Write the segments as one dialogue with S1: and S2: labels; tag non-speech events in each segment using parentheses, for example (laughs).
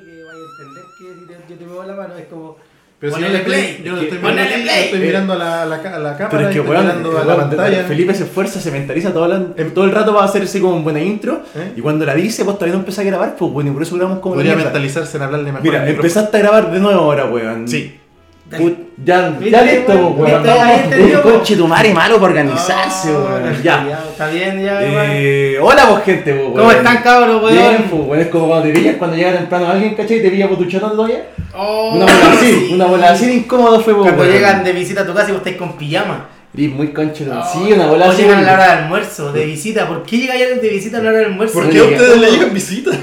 S1: entender que si te- yo te muevo la mano es como.
S2: Pero si yo
S1: Ponele
S2: le estoy-
S1: play.
S2: yo le estoy
S1: Ponele
S2: mirando a ti, yo
S1: play.
S2: estoy mirando a la, a la, ca- a la cámara,
S3: Pero es que,
S2: estoy
S3: weón,
S2: mirando a la
S3: weón,
S2: pantalla.
S3: Felipe se esfuerza, se mentaliza todo, la- todo el rato para hacer así como una buena intro.
S2: ¿Eh?
S3: Y cuando la dice, vos todavía no empezás a grabar, pues bueno, y por eso grabamos como la
S2: Podría
S3: mierda.
S2: mentalizarse en hablarle mejor. al
S3: Mira,
S2: micrófono.
S3: empezaste a grabar de nuevo ahora, weón.
S2: Sí.
S3: Put- ya,
S1: ¿Viste,
S3: ya listo,
S1: weón?
S3: weón.
S1: ¿Viste? Ahí te digo,
S3: Eh,
S1: weón.
S3: Conche tu madre, malo para organizarse,
S1: Ah,
S3: weón.
S1: bueno,
S3: Ya.
S1: Está bien, ya, weón.
S3: Eh, hola, vos, gente, weón.
S1: ¿Cómo están, cabros,
S3: Bien,
S1: weón?
S3: pues, weón. Es como cuando te pillas, cuando llega temprano alguien, ¿cachai? Y te pilla por tu chota todavía.
S1: Oh,
S3: Una bola así,
S1: sí.
S3: una bola así de incómodo fue, pues, weón.
S1: Cuando llegan de visita a tu casa y vos estáis con pijama.
S3: Eres muy conche, weón. Sí, una bola
S1: O
S3: así.
S1: llegan a
S3: weón.
S1: la hora del almuerzo, de visita. ¿Por qué llegáis de visita a la hora del almuerzo?
S2: ¿Por
S3: No
S2: qué a
S3: llega.
S2: ustedes le llegan
S3: (laughs)
S2: visitas?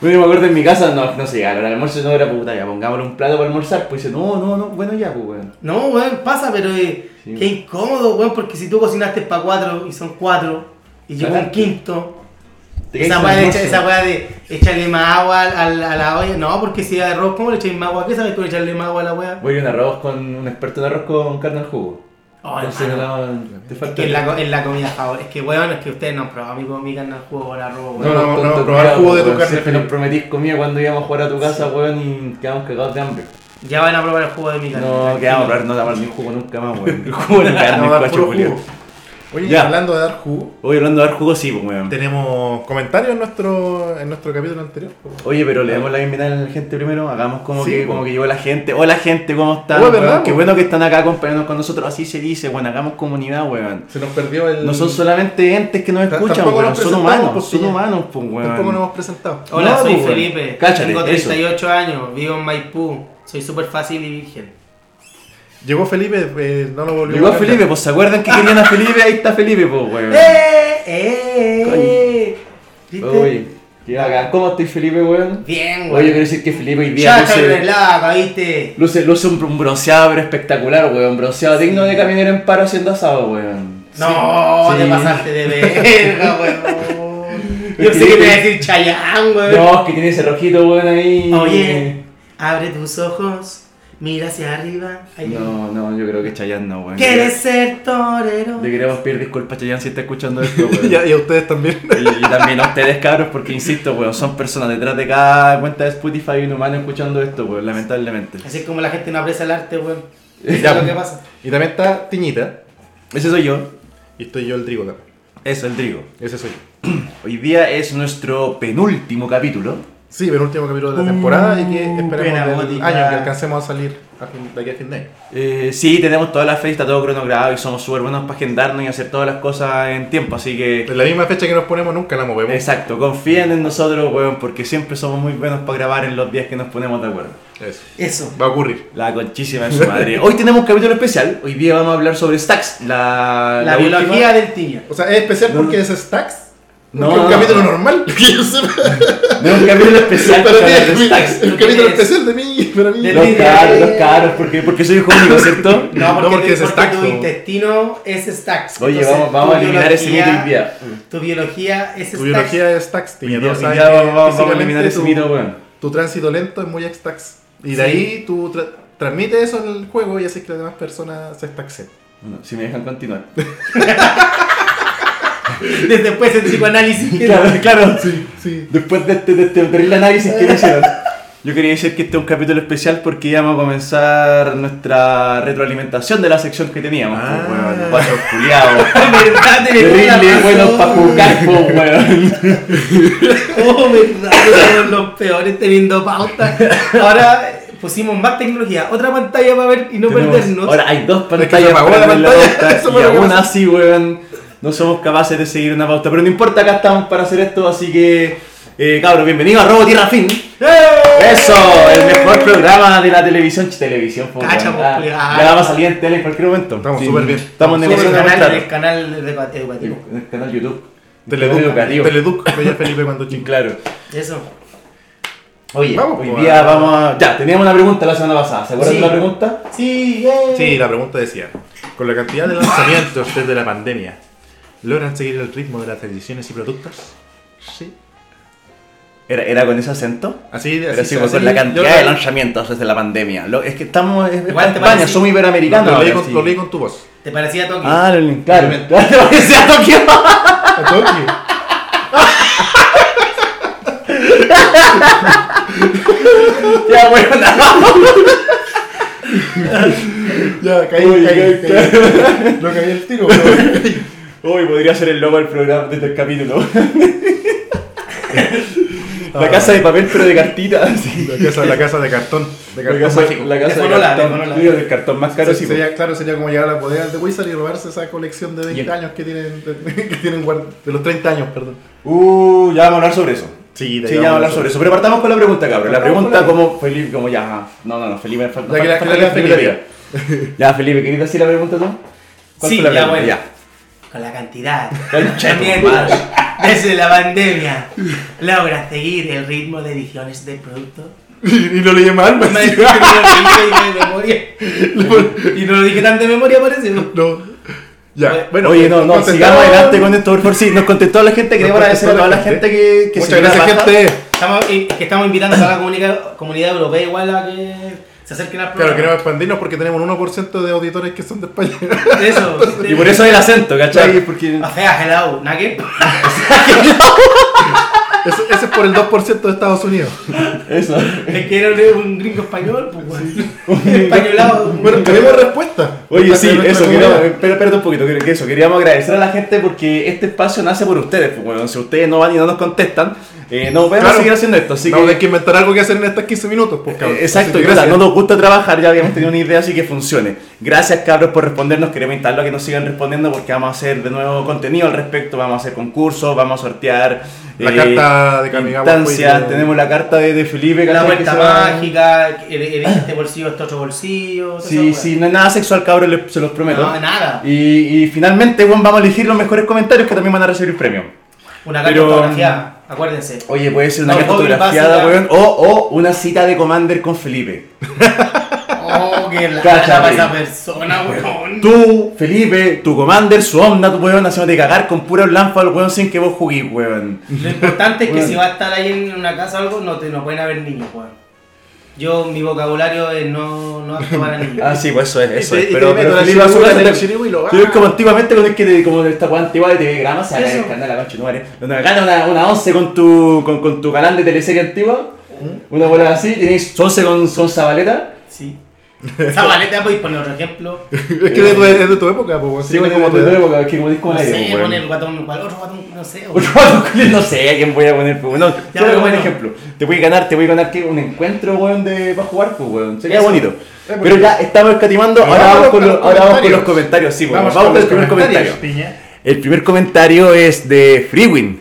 S3: Bueno, yo me acuerdo en mi casa, no, no sé, al almuerzo no era puta, ya pongámosle un plato para almorzar, pues dice, no, no, no, bueno ya, pues weón.
S1: No, weón, pasa, pero eh,
S3: Sí.
S1: qué incómodo, weón, porque si tú cocinaste para cuatro y son cuatro y llegó un
S3: Cagaste.
S1: quinto,
S3: Te
S1: esa
S3: caes
S1: weá,
S3: al
S1: de, echa-
S3: almuerzo.
S1: esa weá de échale más agua al- al- a la olla, no, porque si hay arroz, ¿cómo le echáis más agua? ¿Qué sabes tú de echarle más agua a la weá?
S3: Voy a un arroz con un experto en arroz con carne al jugo.
S1: Oh,
S3: Entonces,
S1: hermano,
S3: no, te falta.
S1: que es la, co- es la comida favorita. Es que, weón, es que ustedes no han probado mi, mi carne al jugo con arroz, weón.
S2: No, no, no,
S3: tonto, culiao,
S2: probar jugo de tu
S3: weón,
S2: carne,
S3: Siempre
S2: Felipe.
S3: nos prometís comida cuando íbamos a jugar a tu casa, weón, y quedamos cagados de hambre.
S1: Ya van a probar el jugo de mi carne.
S3: No,
S1: tranquilo.
S3: quedamos a probar, no damos ni un jugo nunca más,
S1: (laughs)
S3: weón. El jugo (laughs) de carne,
S2: No,
S3: el
S2: dar
S3: cocho,
S2: puro
S3: Julio.
S2: jugo. Oye,
S3: Ya.
S2: hablando de dar jugo,
S3: Hoy hablando de dar jugo, sí, pues weón.
S2: tenemos comentarios en nuestro, en nuestro capítulo anterior.
S3: Oye, pero le damos la bienvenida a la gente primero, hagamos como,
S2: Sí,
S3: que,
S2: po.
S3: como que llegó la gente. Hola gente, ¿cómo están?
S2: Hola, ¿verdad,
S3: weón? Qué
S2: po?
S3: bueno que están acá acompañándonos con nosotros, así se dice, bueno, hagamos comunidad, weón.
S2: Se nos perdió el.
S3: No son solamente entes que nos
S2: Ta-
S3: escuchan,
S2: tampoco
S3: weón,
S2: nos
S3: son
S2: presentamos,
S3: humanos,
S2: pues,
S3: son
S2: sí.
S3: humanos, pues weón.
S2: Tampoco nos hemos presentado.
S1: Hola,
S3: No,
S1: soy
S3: pues, weón.
S1: Felipe,
S3: Cáchate,
S1: tengo
S3: eso.
S1: 38 años, vivo en Maipú, soy súper fácil y virgen.
S2: Llegó Felipe, eh, no lo volvió
S3: Llegó
S2: a ver. (laughs)
S3: Felipe, pues se acuerdan que querían a Felipe, ahí está Felipe, pues weón.
S1: ¡Eh! ¡Eh! ¿Viste?
S3: Oye, qué bacán. ¿Cómo estoy Felipe, weón?
S1: Bien,
S3: Oye,
S1: güey.
S3: quiero decir que Felipe hoy día
S1: Ya está
S3: luce,
S1: relaja, ¿viste?
S3: luce, luce un un bronceado pero espectacular, weón. Bronceado digno de caminero en paro haciendo asado, weón.
S1: No,
S2: Sí.
S1: te pasaste de verga,
S3: (laughs)
S1: weón. Yo sé que
S3: Felipe.
S1: te iba a decir Chayán, weón.
S3: No, es que tiene ese rojito, weón, ahí.
S1: Oye, abre tus ojos, mira hacia arriba. Ahí.
S3: No, no, yo creo que Chayanne no, weón.
S1: ¿Quieres ser torero?
S3: Le queremos pedir disculpas a Chayanne si está escuchando esto, (laughs) weón.
S2: Ya, y a ustedes también.
S3: Y, y también a ustedes, cabros, porque insisto, weón, son personas detrás de cada cuenta de Spotify hay un humano escuchando esto, weón, lamentablemente.
S1: Así es como la gente no aprecia el arte, weón.
S2: Ya.
S1: Es lo que pasa.
S2: Y también está Tiñita.
S3: Ese soy yo.
S2: Y estoy yo el trigo también.
S3: Eso, el trigo.
S2: Ese soy yo.
S3: Hoy día es nuestro penúltimo capítulo.
S2: Sí, penúltimo capítulo de la temporada y que
S3: Uh,
S1: pena
S2: esperemos del
S1: gótica.
S2: año que alcancemos a salir a fin- de aquí a fin de año.
S3: Eh, sí, tenemos toda la fe, está todo cronogrado y somos súper buenos para agendarnos y hacer todas las cosas en tiempo, así que...
S2: En la misma fecha que nos ponemos nunca la movemos.
S3: Exacto, confíen en nosotros, weón, porque siempre somos muy buenos para grabar en los días que nos ponemos de acuerdo.
S2: Eso.
S1: Eso.
S2: Va a ocurrir.
S3: La conchísima de
S1: (laughs)
S3: su madre. Hoy tenemos un capítulo especial. Hoy día vamos a hablar sobre Stacks, la,
S1: La,
S3: la última-
S1: biología del tiño.
S2: O sea, es especial
S3: No.
S2: porque es Stacks.
S3: No,
S2: No. Es
S3: no,
S2: un
S3: no.
S2: capítulo
S3: (laughs)
S2: normal. Que yo sepa.
S3: De un
S1: (laughs)
S3: capítulo especial
S2: Para
S3: para
S2: mí es
S3: hablar de
S2: mi-
S3: Stacks.
S2: el
S1: ¿Tú
S2: capítulo
S1: eres?
S2: especial de mí. Para mí.
S1: De
S3: Los
S1: ti.
S3: caros, los caros, porque, porque soy hijo único, ¿cierto?
S1: (laughs) No, porque,
S2: No, porque
S1: porque
S2: es
S1: tu
S2: Stacks, ¿no?
S1: intestino es Stacks.
S3: Oye,
S1: Entonces,
S3: vamos, vamos a
S1: tu
S3: eliminar ese mito
S1: biología-
S3: hoy día.
S1: Tu biología es
S2: Tu
S1: Stacks.
S2: biología es Stacks.
S3: Hoy día-
S2: Tiñita.
S3: hoy
S2: O sea,
S3: día
S2: que
S3: vamos, vamos a
S2: físicamente
S3: eliminar ese
S2: tu-
S3: mito, weón.
S2: Tu tránsito lento es muy Stacks. Y de
S1: Sí.
S2: ahí tú tra- transmites eso en el juego y haces que las demás personas se staxen.
S3: Bueno, si me
S1: (laughs)
S3: dejan continuar.
S1: Desde después el psicoanálisis. (laughs)
S3: (laughs) claro, claro.
S2: Sí.
S3: Después de este, de este terrible análisis que me hicieron. (laughs) Yo quería decir que este es un capítulo especial porque íbamos a comenzar nuestra retroalimentación de la sección que teníamos.
S2: Ah.
S3: pues, weón, cuatro culiados.
S1: verdad, te metí la
S3: Terrible,
S1: razón.
S3: bueno, para jugar, po, weón.
S1: Oh, verdad, somos los peores teniendo pautas. este Ahora eh, pusimos más tecnología, otra pantalla para ver y no
S3: Tenemos-
S1: perdernos.
S3: Ahora hay dos
S2: Pero es que
S3: pantallas
S2: se apagó
S3: para
S2: la
S3: ver
S2: pantalla.
S3: pauta
S2: Eso fue
S3: y
S2: lo que
S3: aún
S2: pasó.
S3: así, weón, no somos capaces de seguir una pauta. Pero no importa, acá estamos para hacer esto, así que, eh, cabros, bienvenidos a Robo Tierra Fin.
S1: ¡Eh!
S3: Eso, el mejor programa de la televisión. Ch, Televisión, po,
S1: Cacha,
S3: weón.
S1: po,
S3: Ah,
S1: culiao.
S3: Ya vamos a salir en tele en cualquier momento.
S2: Estamos súper bien.
S3: Estamos en
S1: Es
S3: el
S1: el canal,
S3: canal,
S1: el canal de- educativo.
S3: en el canal YouTube.
S2: Teleduc.
S3: Educativo.
S2: Teleduc. Veía a Felipe cuando
S3: Sí, (laughs)
S2: chico.
S3: Claro.
S1: Eso.
S3: Oye,
S2: Vamos,
S3: hoy
S2: po,
S3: día
S2: ah.
S3: vamos a... Ya, teníamos una pregunta la semana pasada. ¿Se acuerdan
S1: Sí.
S3: de la pregunta?
S1: Sí, eh.
S2: Sí, la pregunta decía: Con la cantidad de lanzamientos desde la pandemia, ¿logran seguir el ritmo de las ediciones y productos? Sí.
S3: ¿Era, era con ese acento?
S2: Así de
S3: Pero sí, pues, con la cantidad de lanzamientos desde la pandemia. Lo- es que estamos es- es
S1: Igual te
S3: España,
S1: parece-
S3: somos
S2: Lo,
S3: iberoamericanos.
S2: leí
S3: ahora,
S2: con,
S3: sí.
S2: lo leí con tu voz.
S1: ¿Te parecía Tokio?
S3: Ah, lo leí, claro. (laughs)
S2: Obviamente.
S3: Claro, ese dato
S2: Ah,
S3: que va.
S2: A Tokio.
S3: ya, bueno, (laughs) nada.
S2: Ya, caí,
S3: Uy,
S2: caí,
S3: caí.
S2: caí. No caí el (laughs) tiro, weón.
S3: Uy, podría ser el logo del programa de este capítulo. la casa de papel, pero de
S2: (laughs)
S3: cartitas. así.
S2: Ah, La casa, la casa Ah, de cartón. De
S3: La
S2: cartón
S3: casa,
S2: mágico.
S3: la
S1: De
S3: casa de
S1: Folola,
S3: cartón.
S1: de Folola.
S3: digo, del cartón más caro,
S2: Se-
S3: sí. po.
S2: sería, claro, sería como llegar a las bodegas de Wizard y robarse esa colección de 20
S3: Bien.
S2: años que tienen, que tienen guard- de (laughs) los 30 años, perdón.
S3: Uh, ya vamos a hablar sobre eso.
S2: Sí,
S3: Sí, ya vamos a hablar sobre eso. Pero partamos con la pregunta, cabrón. La
S2: Partamos
S3: pregunta
S2: con
S3: como Felipe, como ya. ajá. No, no, no, Felipe, me falta.
S2: Ya que la-
S3: falta
S2: que la-
S3: Felipe
S2: Felipe.
S3: diga. Ya, Felipe, ¿querías decir la pregunta tú? ¿Cuál
S1: Sí,
S3: fue la
S1: ya,
S3: pregunta?
S1: bueno.
S3: Ya.
S1: Con la cantidad.
S3: Concha de tu
S1: También,
S3: madre.
S1: desde la pandemia, logra seguir el ritmo de ediciones de
S3: (laughs)
S1: producto.
S2: (laughs) Y, y lo leí mal, pues.
S1: Me
S2: me
S1: dije que no lo dije de memoria. Y no lo dije tan de memoria, parece. ¿no?
S2: No. Ya, bueno. eh,
S3: Oye, no, no,
S2: contestamos.
S3: sigamos adelante con esto, por favor. Sí, nos contestó la gente, queremos
S2: Nos
S3: agradecer a
S2: contestó
S3: toda
S2: la
S3: la
S2: gente.
S3: gente que, que
S2: Muchas gracias,
S3: baja.
S2: gente.
S1: Estamos, eh, que estamos invitando a la comunica- comunidad europea igual a que se acerquen al
S2: Claro,
S1: programa.
S2: queremos expandirnos porque tenemos un 1% de auditores que son de España. (laughs)
S3: (laughs)
S1: Eso.
S3: Y por eso el acento, ¿cachai?
S2: Claro.
S3: Porque.
S1: O sea, hello, Nugget.
S2: Eso- Ese es por el 2% de Estados Unidos.
S3: Ah, Eso.
S1: Es que era un gringo español, pues, (laughs) weón.
S3: (laughs)
S1: Españolado.
S2: Bueno, tenemos respuesta.
S3: Oye,
S2: Parte
S3: sí,
S2: de nuestra
S3: eso, eh,
S2: comunidad.
S3: queríamos, espera, espérate un poquito, que que eso, queríamos agradecer a la gente porque este espacio nace por ustedes, pues bueno, si ustedes no van y no nos contestan, eh, no podemos
S2: Claro.
S3: seguir haciendo esto, así
S2: Vamos a
S3: que...
S2: tener que inventar algo que hacer en estos 15 minutos, pues, cabrón.
S3: Eh, Exacto,
S2: Así
S3: y
S2: que
S3: puta,
S2: gracias.
S3: no nos gusta trabajar, ya habíamos tenido una idea, así que funcione. Gracias, cabros, por respondernos. Queremos invitarlos a que nos sigan respondiendo porque vamos a hacer de nuevo contenido al respecto. Vamos a hacer concursos, vamos a sortear eh,
S2: La carta de Kamigawa
S3: instancias.
S2: fue-
S3: Tenemos la carta de, de Felipe,
S1: La
S3: ¿cachai?
S1: vuelta
S3: Que se va-
S1: mágica, el- el- este bolsillo, este otro bolsillo. toda
S3: Sí,
S1: esa
S3: sí, no es nada sexual, cabros, le- se los
S1: weá.
S3: prometo.
S1: No, nada.
S3: Y, y finalmente, bueno, vamos a elegir los mejores comentarios que también van a recibir premio.
S1: Una carta
S3: Pero- mm,
S1: autografiada, acuérdense.
S3: Oye, puede ser una
S1: No,
S3: carta
S1: joven,
S3: autografiada,
S1: básica.
S3: weón, o, o una cita de Commander con Felipe.
S1: Oh, qué
S3: Cáchate.
S1: lata esa persona, weón.
S3: Tú, Felipe, tu Commander, su Omnat, weón, haciéndote cagar con pura lanfa al weón sin que vos juguís, weón.
S1: Lo importante es que
S3: Bueno.
S1: si va a estar ahí en una casa o algo, no te no pueden haber niños, weón. Yo, mi vocabulario es no, no apto para niños.
S3: Ah, sí, pues eso es, eso
S2: Y te-
S3: es.
S2: y te
S3: Pero,
S2: meto
S3: pero
S2: la
S3: Felipe,
S2: chirigüila
S3: asegúrate
S2: en el
S3: de-
S2: chirigüilo,
S3: Tú eres
S2: ah.
S3: como antiguamente con el que te, como esta weá antigua de TV Grama, se
S1: Eso.
S3: el canal a la concha de tu madre. Donde me gana una, una 11 con tu, con, con tu canal de teleserie antigua. Una bola así, tenéis 11 con, con Zabaleta.
S1: Sí. Zabaleta, podéis poner otro
S3: (laughs)
S1: ejemplo.
S2: Es que es de tu, es de tu época, pues.
S3: Sí,
S2: sí,
S3: bueno,
S2: como
S3: como
S2: tu
S3: te
S2: edad.
S3: digo, que como disco
S1: No
S3: nadie,
S1: sé,
S3: weón.
S1: poner guatón, cual otro guatón, no sé. weón.
S3: (laughs) Otro vato culiao, no sé a quién voy a poner, pues, bueno, ya
S1: pero
S3: un buen
S1: bueno.
S3: ejemplo. Te voy a ganar, te voy a ganar ¿qué? un encuentro, weón, de para jugar, pues, weón. Sería
S1: Eso.
S3: bonito.
S2: bonito.
S3: Pero ya estamos escatimando,
S2: Pero
S3: ahora
S2: vamos
S3: vamos
S2: con
S3: con,
S2: los
S3: los, ahora vamos con los
S2: comentarios.
S3: comentarios, sí, weón.
S2: Vamos con
S3: Vamos, con el
S2: los
S3: primer comentario.
S2: comentarios.
S1: (laughs) Piña.
S3: El primer comentario es de Freewin.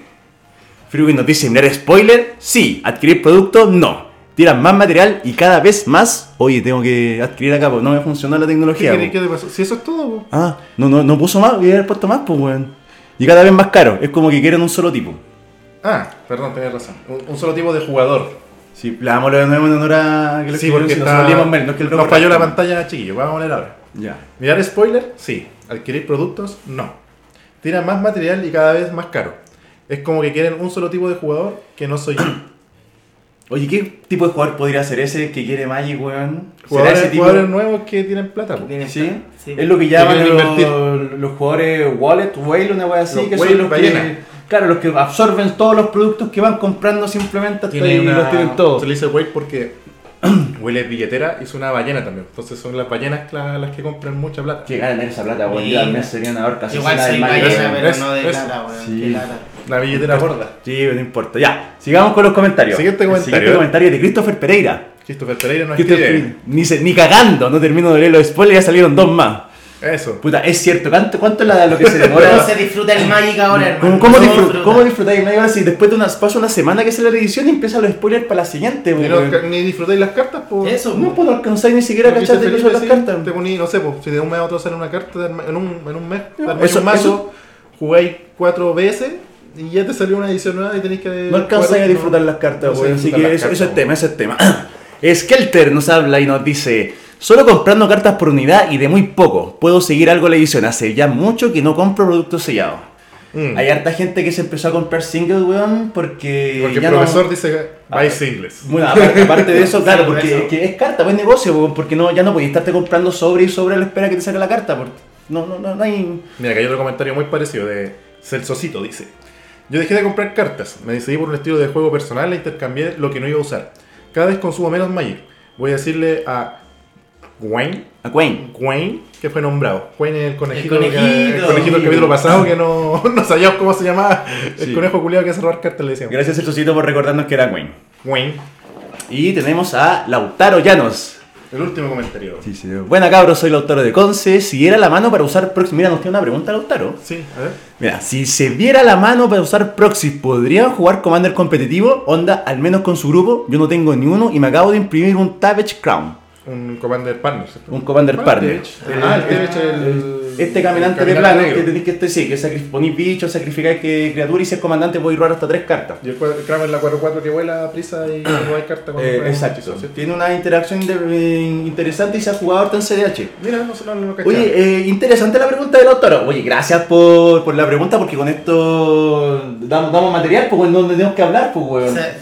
S3: Freewin nos dice, ¿mirar spoiler? Sí. ¿Adquirir producto? No. Tiran más material y cada vez más. Oye, tengo que adquirir acá, pues no me funcionó la
S2: ¿Qué
S3: tecnología.
S2: querés
S3: po.
S2: que te pasó? Si eso es todo, pues.
S3: Ah, no, no, no puso más, voy a haber puesto más, pues weón. Y cada vez más caro, es como que quieren un solo tipo.
S2: Ah, perdón, tenías razón. Un, un solo tipo de jugador.
S3: Sí, la vamos a de nuevo en honor a que lo
S2: Sí, porque
S3: escribieron, pues, si
S2: está-
S3: nos olvidamos menos, no es que el
S2: nos
S3: loco
S2: falló la
S3: rasca.
S2: pantalla, chiquillo. Vamos a leer ahora.
S3: Ya.
S2: Mirar spoiler, sí. Adquirir productos, no. Tiran más material y cada vez más caro. Es como que quieren un solo tipo de jugador que no soy yo.
S3: Oye, ¿qué tipo de jugador podría ser ese que quiere Magic, weón? ¿Será ese
S2: Jugadores,
S3: tipo?
S2: jugadores nuevos que tienen plata. po.
S1: Tiene-
S3: ¿Sí?
S1: sí.
S3: Es lo que
S2: Que
S3: llaman
S2: quieren
S3: los, los jugadores wallet, whale, una wea así,
S2: Los
S3: que
S2: whale,
S3: son los
S2: ballena.
S3: que. Claro, los que absorben todos los productos que van comprando simplemente hasta
S2: Tiene
S3: y
S2: una-
S3: los tienen
S2: Se
S3: todos.
S2: le dice Wade porque (clears throat) Wade es billetera, hizo una ballena también. Entonces son las ballenas la- las que compran mucha plata.
S3: Que ganan esa plata, weón. Yo
S1: Sí.
S3: también sería una horca
S1: Igual
S3: asesina del
S1: soy
S3: Magic,
S1: ballena,
S3: weón.
S1: pero
S2: es-
S1: no de
S2: es-
S1: plata, weón.
S3: sí.
S1: Qué lata.
S2: La billetera gorda.
S3: Sí, pero no importa. Ya, sigamos con los comentarios.
S2: Siguiente
S3: El
S2: comentario.
S3: siguiente comentario es de Christopher Pereira.
S2: Christopher Pereira no
S3: Christopher
S2: escribe.
S3: Pereira. Ni, se- ni cagando, no termino de leer los spoilers, ya salieron dos más.
S2: Eso.
S3: Puta, es cierto, ¿cuánto, cuánto es la,
S2: (laughs)
S3: lo que se
S1: ¿Cómo
S3: demora?
S1: se disfruta el Magic ahora, hermano?
S3: ¿Cómo, cómo,
S1: No
S3: disfrut-
S1: disfruta.
S3: cómo disfrutáis una hora si después de unas, pasa una semana que sale la edición y empiezan los spoilers para la siguiente?
S2: Ni,
S3: weón?
S2: los- ni disfrutáis las cartas, pues.
S1: Eso,
S3: No puedo alcanzar ni siquiera a
S2: Porque
S3: cachar
S2: dice
S3: de qué son
S2: Felipe,
S3: las
S2: sí,
S3: cartas.
S2: Te poní, no sé, po, si de un mes a otro sale una carta, te arma- en un, en un mes, te
S3: No,
S2: armáis
S3: eso-
S2: un mazo,
S3: eso-
S2: jugáis cuatro veces y ya te salió una edición nueva y tenéis que.
S3: No alcanzáis
S2: jugar-
S3: a disfrutar
S2: no-
S3: las cartas,
S2: no se
S3: weón, Así
S2: disfrutan
S3: que
S2: las
S3: eso,
S2: cartas,
S3: eso es
S2: po.
S3: tema, ese es tema. (clears throat) Skelter nos habla y nos dice: Solo comprando cartas por unidad y de muy poco, puedo seguir algo la edición. Hace ya mucho que no compro productos sellados.
S2: Mm.
S3: Hay harta gente que se empezó a comprar singles, weón, porque.
S2: Porque
S3: ya
S2: el
S3: no-
S2: profesor dice
S3: Ah,
S2: vais singles.
S3: Bueno, aparte,
S2: (laughs)
S3: aparte de eso, claro,
S1: Sí, por
S3: porque
S1: eso.
S3: es que es carta, buen negocio, po, porque no, ya no podías estarte comprando sobre y sobre a la espera que te saque la carta, porque no, no, no, no hay...
S2: Mira, que hay otro comentario muy parecido de Celsocito, dice. Yo dejé de comprar cartas, me decidí por un estilo de juego personal e intercambié lo que no iba a usar. Cada vez consumo menos Magic. Voy a decirle a Wayne,
S3: A Quain.
S2: Wayne que fue nombrado. Wayne es el conejito,
S1: El conejito.
S2: que- el conejito del capítulo pasado que no, (laughs) no sabíamos cómo se llamaba.
S3: Sí.
S2: El conejo culiado que hace robar cartas le decíamos.
S3: Gracias, Chocito, por recordarnos que era Quain.
S2: Wayne.
S3: Y tenemos a Lautaro Llanos.
S2: El último comentario. Sí,
S3: Buena cabros, soy Lautaro de Conce. Si era la mano para usar Proxy. Mira, nos tiene una pregunta Lautaro.
S2: a ver.
S3: Mira, si se diera la mano para usar proxy, ¿podrían jugar Commander competitivo? Onda, al menos con su grupo. Yo no tengo ni uno y me acabo de imprimir un Savage Crown.
S2: Un Commander Partner, ¿cierto?
S3: Un Commander Partner.
S2: Partner. Ah, el Tevich, el.
S3: Este caminante
S2: el
S3: de plano que
S2: negro.
S3: tenéis que estoy, sí, que sacrific- ponéis bichos, sacrificáis que criatura y si es comandante podéis robar hasta tres cartas.
S2: Y el cua- Kramer la 4-4 que vuela prisa
S3: (clears throat)
S2: y no hay carta cuando
S3: Eh,
S2: juega.
S3: exacto.
S2: Sí, sí.
S3: Tiene una interacción de- interesante y se ha jugado harto en CDH.
S2: Mira, no, no, no, cachaba.
S3: Oye, eh, interesante la pregunta del autor. Oye, gracias por, por la pregunta porque con esto damos, damos material, pues, donde tenemos que hablar, pues,
S1: O
S3: weón.
S1: sea,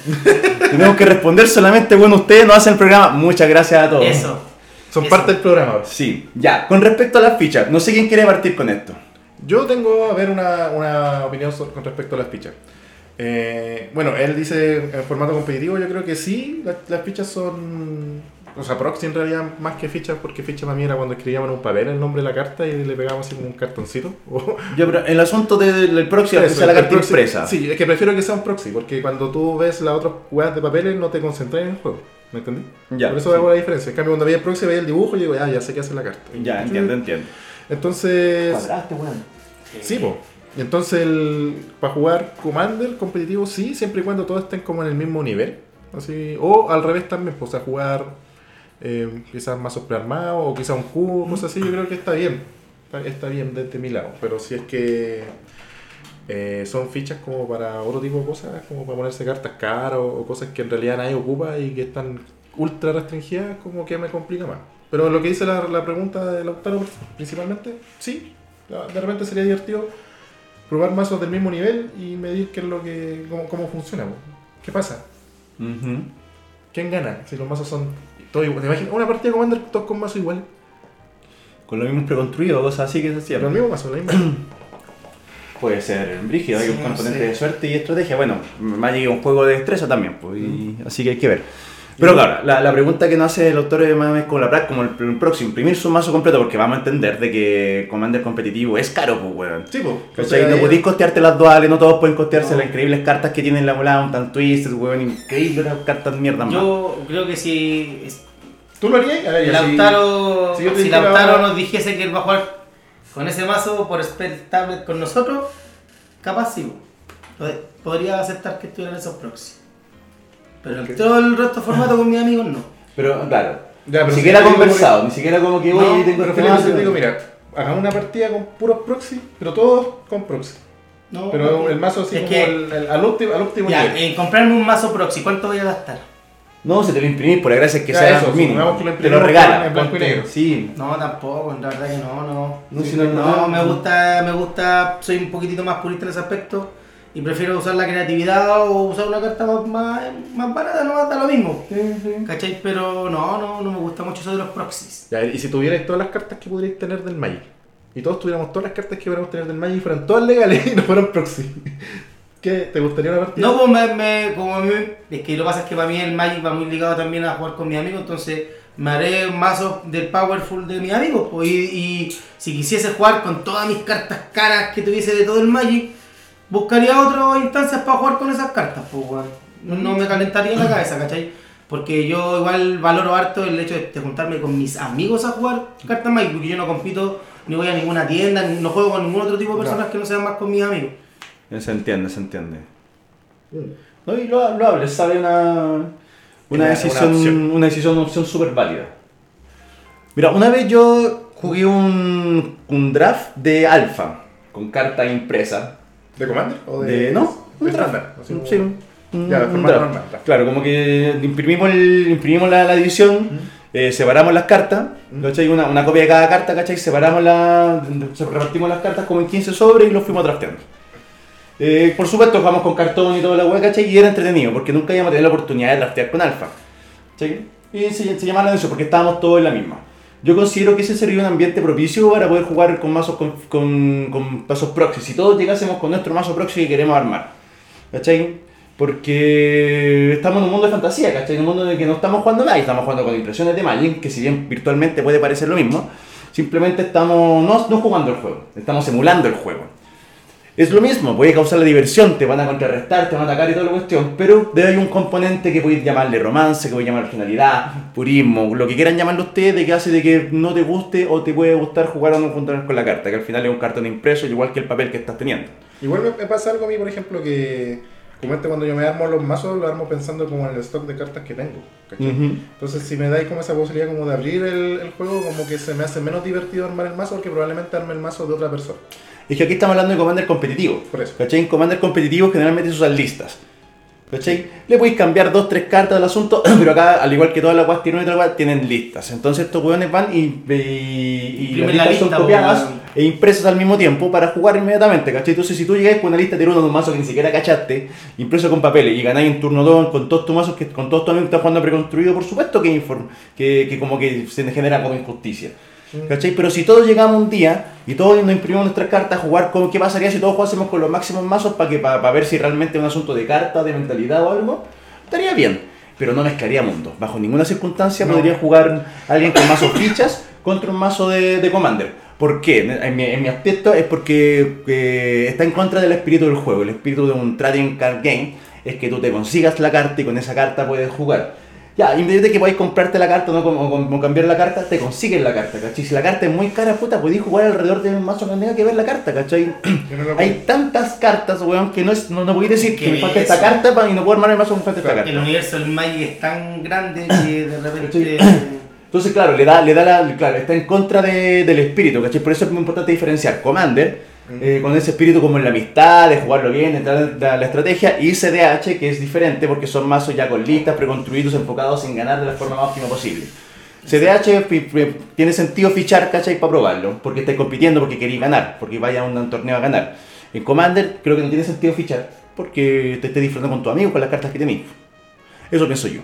S3: Tenemos que responder solamente, bueno, ustedes nos hacen el programa. Muchas gracias a todos.
S1: eso.
S2: Son
S1: Eso.
S2: parte del programa. ahora.
S3: Sí, ya, con respecto a las fichas, no sé quién quiere partir con esto.
S2: Yo tengo, a ver, una, una opinión so- con respecto a las fichas. Eh, bueno, él dice en formato competitivo, yo creo que sí, las, las fichas son... O sea, proxy en realidad más que fichas, porque ficha para mí era cuando escribíamos en un papel el nombre de la carta y le pegábamos así como un cartoncito. (laughs) o-
S3: Yo, pero el asunto del, del proxy,
S2: Eso,
S3: usar la
S2: el
S3: carta
S2: proxy-
S3: impresa.
S2: Sí, es que prefiero que sea un proxy, porque cuando tú ves las otras jugadas de papeles no te concentras en el juego. ¿Me entendí?
S3: Ya,
S2: Por eso
S3: sí.
S2: hago la diferencia. En cambio, cuando veía el proxy, veía el dibujo y digo, ah, ya sé qué hace la carta.
S3: Ya, entiendo, entiendo.
S2: Entonces,
S3: Cuadraste, weón.
S2: Sí, po. Entonces, el- para jugar Commander competitivo, sí, siempre y cuando todos estén como en el mismo nivel. Así, o al revés también, pues, a jugar eh, quizás mazos prearmados o quizás un cubo, cosas así. Yo creo que está bien. Está, está bien desde mi lado. Pero si es que eh, son fichas como para otro tipo de cosas, como para ponerse cartas caras o, o cosas que en realidad nadie ocupa y que están ultra restringidas, como que me complica más. Pero lo que dice la, la pregunta de Lautaro principalmente, sí, de repente sería divertido probar mazos del mismo nivel y medir qué es lo que cómo, cómo funciona. po. ¿Qué pasa? ¿Quién gana? Si los mazos son todos iguales. Imagina una partida de Commander todos con mazos iguales.
S3: Con lo mismo preconstruido, cosas así que se hacían.
S2: Los mismos mazos, la misma.
S3: Puede ser brígido, hay
S1: Sí,
S3: un
S1: no
S3: componente
S1: sé.
S3: de suerte y estrategia. Bueno, Magic es un juego de destreza también, pues,
S2: Mm.
S3: y- así que hay que ver. Pero claro, la, la pregunta que nos hace el autor de Mames con la Prac, como el, el próximo, imprimir su mazo completo, porque vamos a entender de que Commander competitivo es caro, pues, weón.
S2: Sí, po. O
S3: ¿Cachai?
S2: sea,
S3: no
S2: eh,
S3: podéis costearte las duales, no todos pueden costearse
S1: No.
S3: las increíbles cartas que tienen la volada, un tan twisted, weón, increíble las cartas mierda más.
S1: Yo creo que si es-
S2: ¿Tú lo harías? A ver, ya, si-
S1: Lautaro,
S2: si yo te
S1: si
S2: dijera-
S1: Lautaro nos dijese que él va a jugar con ese mazo por Spell Tablet con nosotros, capaz sí. pod- Podría aceptar que estuvieran esos proxy. Pero en todo el resto de formato con mis amigos no.
S3: Pero claro,
S2: Ya, pero
S3: ni
S2: si
S3: siquiera
S2: te digo
S3: conversado, ni siquiera como que
S1: No,
S3: oye,
S2: Pero
S3: tengo este
S2: Felipe,
S3: mazo.
S2: yo te digo, mira, hagamos una partida con puros proxy, pero todos con proxy.
S1: no
S2: Pero el mazo así
S1: Es
S2: como
S1: que-
S2: el- el- al último, al último
S1: Ya, eh,
S2: nivel.
S1: en comprarme un mazo proxy, ¿cuánto voy a gastar?
S3: No, se te lo imprimís por la gracia es que
S2: Ya,
S3: sea
S2: eso,
S3: mínimo.
S2: supongamos que lo
S3: te lo
S2: imprimimos
S3: regala.
S2: en blanco y
S3: ponte.
S2: negro.
S3: Sí.
S1: No, tampoco, la verdad que no, no.
S3: No,
S1: Sí,
S3: si no, no.
S1: me gusta, me gusta, soy un poquitito más purista en ese aspecto y prefiero usar la creatividad o usar una carta más, más, más barata, no da lo mismo. ¿Cachai? Pero no, no, no me gusta mucho eso de los proxies.
S2: Ya, y si tuvierais todas las cartas que podríais tener del Magic, y todos tuviéramos todas las cartas que podríamos tener del Magic y fueran todas legales (laughs) y no fueran proxy, ¿qué? ¿Te gustaría una partida?
S1: No, como me, me- como a mí, es que lo que pasa es que para mí el Magic va muy ligado también a jugar con mis amigos, entonces me haré mazos del Powerful de mis amigos. pues, y, y si quisiese jugar con todas mis cartas caras que tuviese de todo el Magic, buscaría otras instancias para jugar con esas cartas. Pues, weón. no, no me calentaría la cabeza, ¿cachai? Porque yo igual valoro harto el hecho de, de juntarme con mis amigos a jugar cartas Magic, porque yo no compito, ni voy a ninguna tienda, ni- no juego con ningún otro tipo de personas que no sean más con mis amigos.
S3: Se entiende, se entiende. Mm. No, y lo, lo hables, sabe una, una
S2: Una-
S3: decisión,
S2: una
S3: una,
S2: opción.
S3: decisión, una opción súper válida. Mira, una vez yo jugué un, un draft de alfa con carta impresa.
S2: ¿De Commander? ¿O de,
S3: De, ¿No?
S2: de
S3: Un draft.
S2: estándar? Así como-
S3: Sí, un, un-
S2: Ya, de
S3: un
S2: formato
S3: draft.
S2: normal, draft.
S3: Claro, como que eh, imprimimos, el- imprimimos la, la división, eh, separamos las cartas, ¿cachai? Una, una copia de cada carta, ¿cachai? Separamos la, se- repartimos las cartas como en 15 sobres y los fuimos drafteando. Eh, por supuesto, jugamos con cartón y toda la hueá, ¿cachai? Y era entretenido, porque nunca íbamos a tener la oportunidad de draftear con alfa. ¿cachai? Y se, se llamaba la atención porque estábamos todos en la misma. Yo considero que ese sería un ambiente propicio para poder jugar con mazos con, con, con mazos proxy. Si todos llegásemos con nuestro mazo proxy que queremos armar. ¿Cachai? Porque estamos en un mundo de fantasía, ¿cachai? En un mundo en el que no estamos jugando nada y estamos jugando con impresiones de Magic, que si bien virtualmente puede parecer lo mismo, simplemente estamos no, no jugando el juego, estamos emulando el juego. Es lo mismo, puede causar la diversión, te van a contrarrestar, te van a atacar y toda la cuestión, pero debe haber un componente que podéis llamarle romance, que podéis llamar originalidad, purismo, lo que quieran llamarlo ustedes, de que hace de que no te guste o te puede gustar jugar o no juntar con la carta, que al final es un cartón impreso, igual que el papel que estás teniendo.
S2: Igual me, me pasa algo a mí, por ejemplo, que como este cuando yo me armo los mazos, lo armo pensando como en el stock de cartas que tengo. ¿cachai?
S3: Ujú.
S2: Entonces, si me dais como esa posibilidad como de abrir el, el juego, como que se me hace menos divertido armar el mazo porque probablemente arme el mazo de otra persona.
S3: Es que aquí estamos hablando de Commander competitivo.
S2: Por eso.
S3: ¿Cachai? En Commander competitivo generalmente se usan listas. ¿Cachai? Le podéis cambiar dos, tres cartas del asunto, (clears throat) pero acá, al igual que todas las guas tienen otra guas, tienen listas. Entonces estos weones van y, y, y
S1: Imprimen
S3: las
S1: la
S3: listas
S1: lista,
S3: son copiadas
S1: weón.
S3: e impresas al mismo tiempo para jugar inmediatamente, ¿cachai? Entonces si tú llegáis con una lista de uno de un mazo que ni siquiera cachaste, impreso con papeles, y ganáis en turno 2 con todos tus mazos, que con todos tus amigos que estás jugando preconstruido, por supuesto que, inform- que, que como que se genera como injusticia. ¿Cachai? Pero si todos llegamos un día y todos nos imprimimos nuestras cartas a jugar, con, ¿qué pasaría si todos jugásemos con los máximos mazos para que para ver si realmente es un asunto de carta, de mentalidad o algo? Estaría bien, pero no mezclaría mundos. Bajo ninguna circunstancia
S2: No.
S3: podría jugar alguien con mazo fichas contra un mazo de, de Commander. ¿Por qué? En mi, en mi aspecto es porque eh, está en contra del espíritu del juego. El espíritu de un trading card game es que tú te consigas la carta y con esa carta puedes jugar. Ya, independiente de que podáis comprarte la carta ¿no? Com- o, com- o cambiar la carta, te consiguen la carta, ¿cachai? Si la carta es muy cara, puta, podéis jugar alrededor de un mazo que no tenga que ver la carta, ¿cachai?
S2: Yo no lo
S3: Hay tantas cartas, weón, que no, es, no, no podéis decir que
S1: Qué
S3: me falta
S1: belleza.
S3: esta carta pa- y no puedo armar el mazo que me falta esta carta.
S1: El universo del Magic es tan grande que
S3: (coughs)
S1: de repente.
S3: Entonces, claro, le da, le da la, claro, está en contra de- del espíritu, ¿cachai? Por eso es muy importante diferenciar Commander, eh, con ese espíritu como en la amistad, de jugarlo bien, entrar en la, la estrategia, y CDH, que es diferente porque son mazos ya con listas, preconstruidos, enfocados en ganar de la forma más óptima posible. CDH pi- pi- tiene sentido fichar, ¿cachai? Para probarlo, porque estáis compitiendo, porque queréis ganar, porque vaya a un, un torneo a ganar. En Commander creo que no tiene sentido fichar, porque te estés disfrutando con tus amigos, con las cartas que tenéis. Eso pienso yo.
S2: Mm.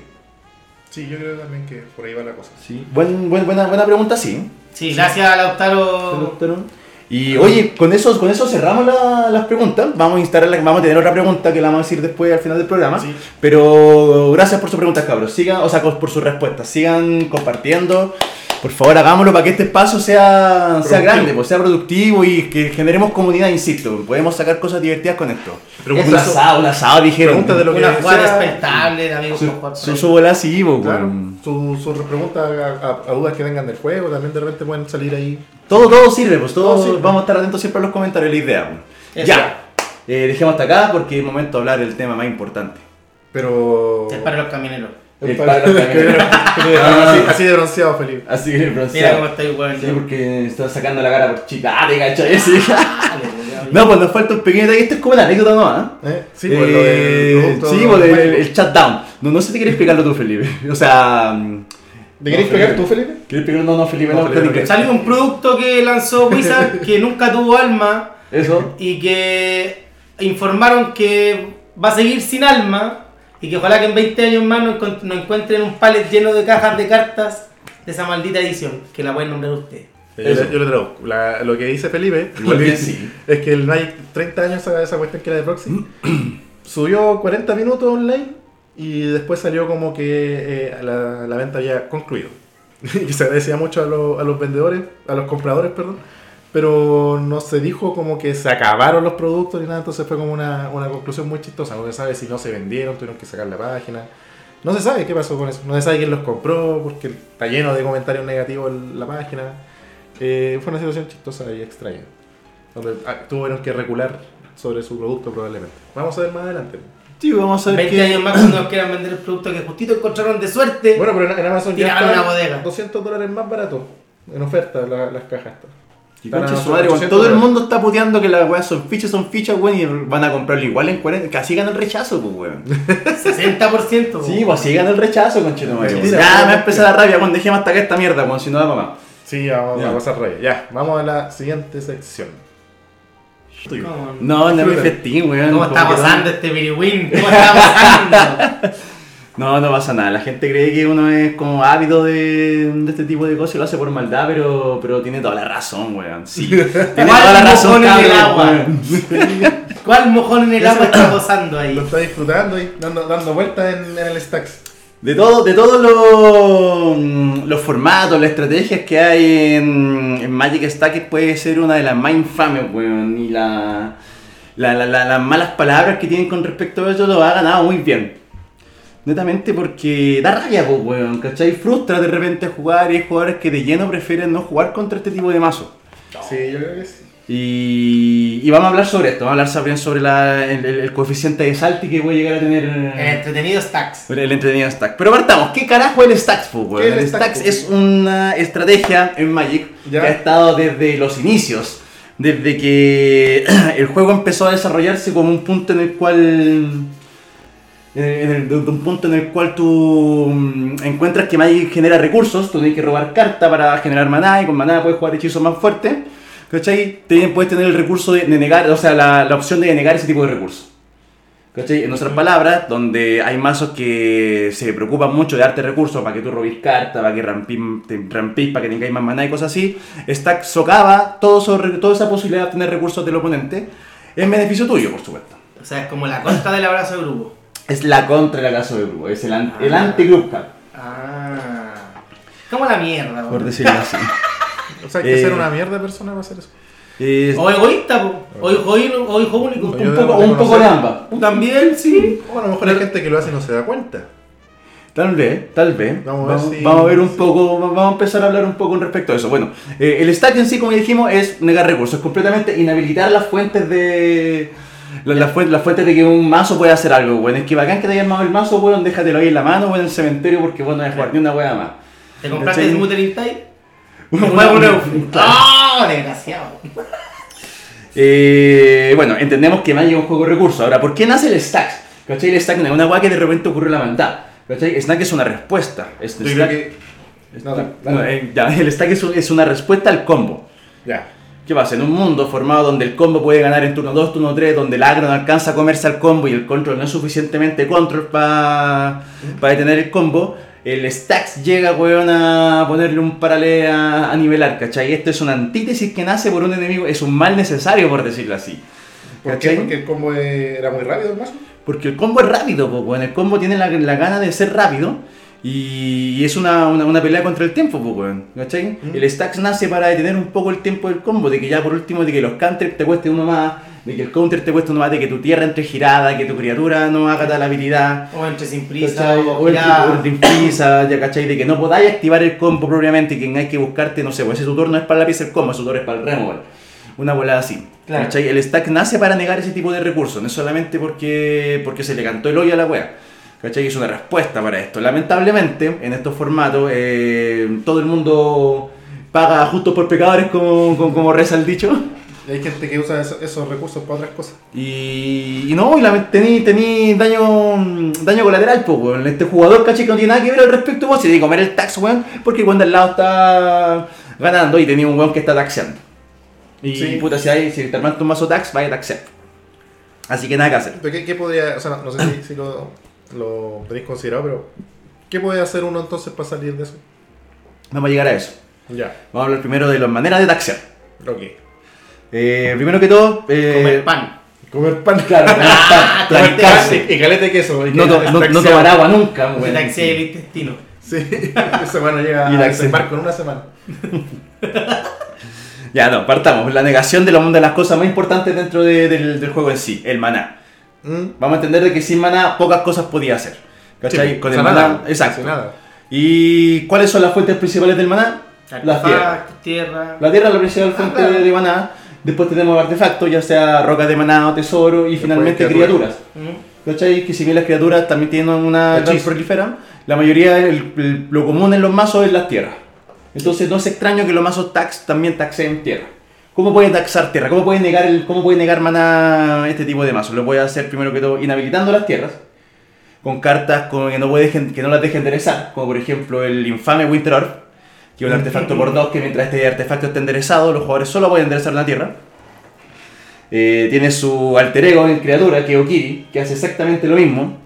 S2: Sí, yo creo también que por ahí va la cosa.
S3: Sí. Buen, buen- buena, buena pregunta, sí.
S1: Sí, gracias a Lautaro.
S3: Y oye, con eso, con eso cerramos la- las preguntas. Vamos a instalar, vamos a tener otra pregunta que la vamos a decir después al final del programa.
S2: Sí.
S3: Pero gracias por sus preguntas, cabros. Sigan, o sea, co- por sus respuestas. Sigan compartiendo. Por favor, hagámoslo para que este espacio sea, sea
S2: Productivo.
S3: grande, pues, sea productivo y que generemos comunidad, insisto. Podemos sacar cosas divertidas con esto.
S2: Pregunta-
S3: un asado, un asado, dijeron.
S2: Pregunta de lo que
S1: Una jugada
S2: sea.
S1: respetable de amigos con jugar por
S3: Su,
S1: ahí.
S3: su bola sí, bo,
S2: Claro,
S3: weón.
S2: sus sus preguntas a, a- a dudas que tengan del juego también de repente pueden salir ahí.
S3: Todo, todo sirve, pues todo,
S2: Todo sirve.
S3: vamos a estar atentos siempre a los comentarios, la idea. pues.
S1: Eso.
S3: Ya, eh, dejemos hasta acá porque es momento de hablar del tema más importante.
S2: Pero.
S1: Es para los camineros.
S3: El para los camineros. (laughs)
S2: así, así de bronceado, Felipe.
S3: Así que, pero, o
S1: Mira
S3: sea,
S1: cómo está igual.
S3: sí, porque está sacando la cara por chica, ah, te cachai, sí.
S1: No,
S3: (laughs) No, pues nos falta un pequeño detalle, esto es como una anécdota nomás. ¿eh?
S2: ¿Eh? Sí,
S3: Eh,
S2: por lo del producto-
S3: sí, pues, el, el shutdown. No, no sé si te quieres explicarlo tú, Felipe. (laughs) O sea, mm,
S2: ¿Te querés
S3: No,
S2: pegar
S3: Felipe.
S2: tú, Felipe?
S3: ¿quieres explicarlo? No, no, Felipe,
S2: No,
S3: no,
S2: Felipe,
S3: Felipe.
S1: Salió un producto que
S3: (laughs)
S1: lanzó Wizard que nunca tuvo alma
S3: Eso.
S1: y que informaron que va a seguir sin alma y que ojalá que en 20 años más nos encont- nos encuentren un palet lleno de cajas de cartas de esa maldita edición, que la pueden nombrar ustedes.
S2: Yo le, yo le traduzco. La- lo que dice Felipe
S3: Igual
S2: lo que
S3: bien,
S2: dice-
S3: sí.
S2: es que el Nike 30 años a esa cuestión que era de Proxy subió 40 minutos online y después salió como que eh, la, la venta había concluido. (laughs) y se agradecía mucho a, los- a los vendedores, a los compradores, perdón. Pero no se dijo como que se acabaron los productos ni nada, entonces fue como una, una conclusión muy chistosa. No se sabe si no se vendieron, tuvieron que sacar la página. No se sabe qué pasó con eso. No se sabe quién los compró, porque está lleno de comentarios negativos en la página. Eh, fue una situación chistosa y extraña. Donde ah, tuvieron que recular sobre su producto probablemente. Vamos a ver más adelante.
S3: Sí, vamos a ver
S1: 20
S3: qué...
S1: años más cuando nos quieran vender el producto que justito encontraron de suerte.
S2: Bueno, pero en, en Amazon
S1: Tiraron
S2: están
S1: una bodega.
S2: 200 dólares más barato en oferta la- las cajas. estas.
S3: Y
S2: Están
S3: conche
S2: a
S3: su madre, weón,
S2: 800
S3: todo el
S2: dólares.
S3: mundo está puteando que las weas son fichas, son fichas, weón, y van a comprarlo igual en 40. Casi gana el rechazo, pues,
S1: (laughs)
S3: weón.
S1: 60%.
S3: Sí, pues así gana el rechazo, conchetumadre.
S2: Sí,
S3: weón.
S2: sí,
S3: Ya
S2: sí.
S3: me empieza la rabia, cuando dejemos hasta acá esta mierda, weón, si no da mamá.
S2: Sí, ya vamos
S3: Ya.
S2: a pasar raya. Ya, vamos a la siguiente sección.
S1: ¿Cómo no?
S3: No, no me
S2: Disfruta.
S3: festín, weón.
S1: ¿Cómo
S3: como
S1: está
S3: que no-
S1: pasando este Biriwin? ¿Cómo está pasando?
S3: No, no pasa nada. La gente cree que uno es como ávido de, de este tipo de cosas y lo hace por maldad,
S1: (laughs)
S3: pero, pero tiene toda la razón, weón. Sí, tiene toda la
S1: Igual
S3: razón,
S1: mojones del
S3: cabrón,
S1: agua.
S3: weón.
S1: ¿Cuál mojón en el agua está posando
S2: Lo
S1: ahí?
S2: está disfrutando y dando, dando vueltas en, en el stacks.
S3: De, todo, de todos los, mm, los formatos, las estrategias que hay en, en Magic Stack puede ser una de las más infames, weón. Y la, la- la- la- las malas palabras que tienen con respecto a eso lo ha ganado muy bien. Netamente porque da rabia, pues, weón, ¿cachai? Frustra de repente jugar y hay jugadores que de lleno prefieren no jugar contra este tipo de mazos.
S2: Sí, yo creo que sí.
S3: Y, y vamos a hablar sobre esto, vamos a hablar también sobre la- el, el- el coeficiente de salti que voy a llegar a tener. eh,
S1: El entretenido Stacks.
S3: Por El entretenido Stacks. Pero partamos, ¿qué carajo es el Stacks, po, weón?
S2: ¿Qué es el
S3: El
S2: Stacks,
S3: Stacks
S2: po?
S3: es una estrategia en Magic
S2: Ya.
S3: que ha estado desde los inicios, desde que (clears throat) el juego empezó a desarrollarse como un punto en el cual. eh, en el- de un punto en el cual tú mm, encuentras que Magic genera recursos, tú tienes que robar carta para generar maná y con maná puedes jugar hechizos más fuertes. ¿Cachai? Te- Puedes tener el recurso de de negar, o sea, la, la opción de denegar ese tipo de recursos. ¿Cachai? En otras palabras, donde hay mazos que se preocupan mucho de darte recursos para que tú robís cartas, para que rampís, te- rampís, para que tengáis más maná y cosas así, Stack socava todo eso- toda esa posibilidad de obtener recursos del oponente en beneficio tuyo, por supuesto.
S1: O sea, es como la costa del abrazo de grupo.
S3: Es la contra del caso del grupo, es el, an- el anti-group hack,
S1: Ah. Como la mierda,
S3: por
S1: po.
S3: decirlo así.
S2: O sea, hay que
S3: Eh.
S2: ser una mierda de persona para hacer eso.
S3: (laughs) Es-
S1: O egoísta, po. O hijo, o hijo único.
S2: Oye,
S3: un poco, un poco de ambas.
S1: También, sí.
S2: O a lo mejor hay gente que lo hace y no se da cuenta.
S3: Tal vez, tal vez.
S2: Vamos
S3: Vamos,
S2: a ver si-
S3: vamos a ver un poco, vamos a empezar a hablar un poco con respecto a eso. Bueno, eh, el stack en sí, como ya dijimos, es negar recursos, es completamente inhabilitar las fuentes de. la- Las, fuentes, las fuentes de que un mazo puede hacer algo, weón. Es que bacán que te hayas armado el mazo, weón, déjatelo ahí en la mano o en el cementerio porque vos no vas a jugar ni una weá más.
S1: ¿Te compraste
S3: ¿Cachai?
S1: Smoother in Time?
S3: (laughs) Una
S1: Un
S3: hueá-
S1: huevo nuevo.
S3: Claro.
S1: ¡Ah! Desgraciado.
S3: Eh, bueno, entendemos que Magic es un juego de recursos. Ahora, ¿por qué nace el stack? ¿Cachai? El stack no es una weá que de repente ocurrió en la maldad. ¿Cachai? Stack es una respuesta. Es-
S2: Yo creo
S3: stack-
S2: que. No, dale, dale.
S3: No, eh, ya, el stack es, un- es una respuesta al combo.
S2: Ya.
S3: ¿Qué pasa? En un mundo formado donde el combo puede ganar en turno 2, turno 3, donde el agro no alcanza a comerse al combo y el control no es suficientemente control para detener el combo, el Stacks llega, weón, a ponerle un paralelo a, a nivelar, ¿cachai? Esto es una antítesis que nace por un enemigo, es un mal necesario, por decirlo así.
S2: ¿Por qué?
S3: ¿Cachai?
S2: Porque el combo era muy rápido, más.
S3: Porque el combo es rápido, pues, weón. El combo tiene la, la gana de ser rápido. Y, y es una, una, una pelea contra el tiempo, pues, weón. ¿Cachai?
S2: Mm.
S3: El stacks nace para detener un poco el tiempo del combo. De que ya por último, de que los counters te cueste uno más. De que el counter te cueste uno más. De que tu tierra entre girada. Que tu criatura no haga tal habilidad.
S1: O entre sin prisa.
S3: ¿cachai?
S1: O
S3: O el
S1: ya.
S3: tipo- o el team prisa, ya, ¿cachai? De que no podáis activar el combo propiamente. Que hay que buscarte, no sé, pues ese tutor no es para la pieza del combo. Ese tutor es para el removal. Una volada así.
S1: Claro.
S3: ¿Cachai? El stack nace para negar ese tipo de recursos, no es solamente porque, porque se le cantó el hoyo a la wea. ¿Cachai? Es una respuesta para esto. Lamentablemente, en estos formatos, eh, todo el mundo paga justo por pecadores, como, como, como reza el dicho.
S2: Y hay gente que usa eso- esos recursos para otras cosas.
S3: Y, y no, y la- tení, tení daño, daño colateral, pues, weón. Este jugador, caché, que no tiene nada que ver al respecto, vos, si tiene que comer el tax, weón, porque cuando al lado está ganando y tenía un weón que está taxeando. Y
S2: Sí.
S3: puta, si, hay, si te armaste un mazo tax, vaya a taxear. Así que nada que hacer.
S2: ¿Pero qué, qué podría.? O sea, no, no sé si, si lo, lo tenéis considerado, pero. ¿Qué puede hacer uno entonces para salir de eso?
S3: Vamos a llegar a eso.
S2: Ya.
S3: Vamos a hablar primero de las maneras de taxear.
S2: Ok.
S3: Eh, primero que todo, eh,
S1: Comer pan.
S2: Comer pan.
S3: Claro, comer
S2: (laughs)
S3: pan,
S2: Comer
S3: trancarse.
S2: (laughs) pan y- y caleta de queso. y
S3: No, to-
S2: caleta
S3: no-
S2: de
S3: no
S2: taxeado.
S3: tomar agua nunca,
S1: Se
S3: weón.
S1: taxea el intestino.
S2: Sí, (laughs) esa semana llega
S3: Y
S2: a
S3: la-
S2: desembarco con una semana.
S3: Ya, no, partamos. La negación de la una de las cosas más importantes dentro de- del, del juego en sí, el maná.
S2: ¿Mm?
S3: Vamos a entender de que sin maná pocas cosas podía hacer. ¿Cachai?
S2: Sí,
S3: Con
S2: o sea,
S3: el
S2: nada,
S3: maná. Exacto.
S2: casi nada.
S3: ¿Y cuáles son las fuentes principales del maná? Las tierras.
S1: Artefactos, tierra.
S3: La tierra es la principal fuente
S2: Ah, claro.
S3: de maná. Después tenemos artefactos, ya sea rocas de maná o tesoro. Y finalmente
S2: criaturas.
S3: criaturas.
S1: ¿Mm?
S3: ¿Cachai? Que si bien las criaturas también tienen una gran
S2: Hechizos.
S3: proliferan, la mayoría, el- el- lo común en los mazos es las tierras. Entonces no es extraño que los mazos tax también taxen tierra. ¿Cómo pueden taxar tierra? ¿Cómo pueden negar, el, cómo puede negar maná este tipo de mazos? Lo voy a hacer primero que todo inhabilitando las tierras. Con cartas con- que, no puede dejen- que no las dejen enderezar. Como por ejemplo el infame Winter Orb. Que es un artefacto por dos que mientras este artefacto esté enderezado, los jugadores solo pueden enderezar una tierra. Eh, tiene su alter ego en criatura, que es Okiri, que hace exactamente lo mismo.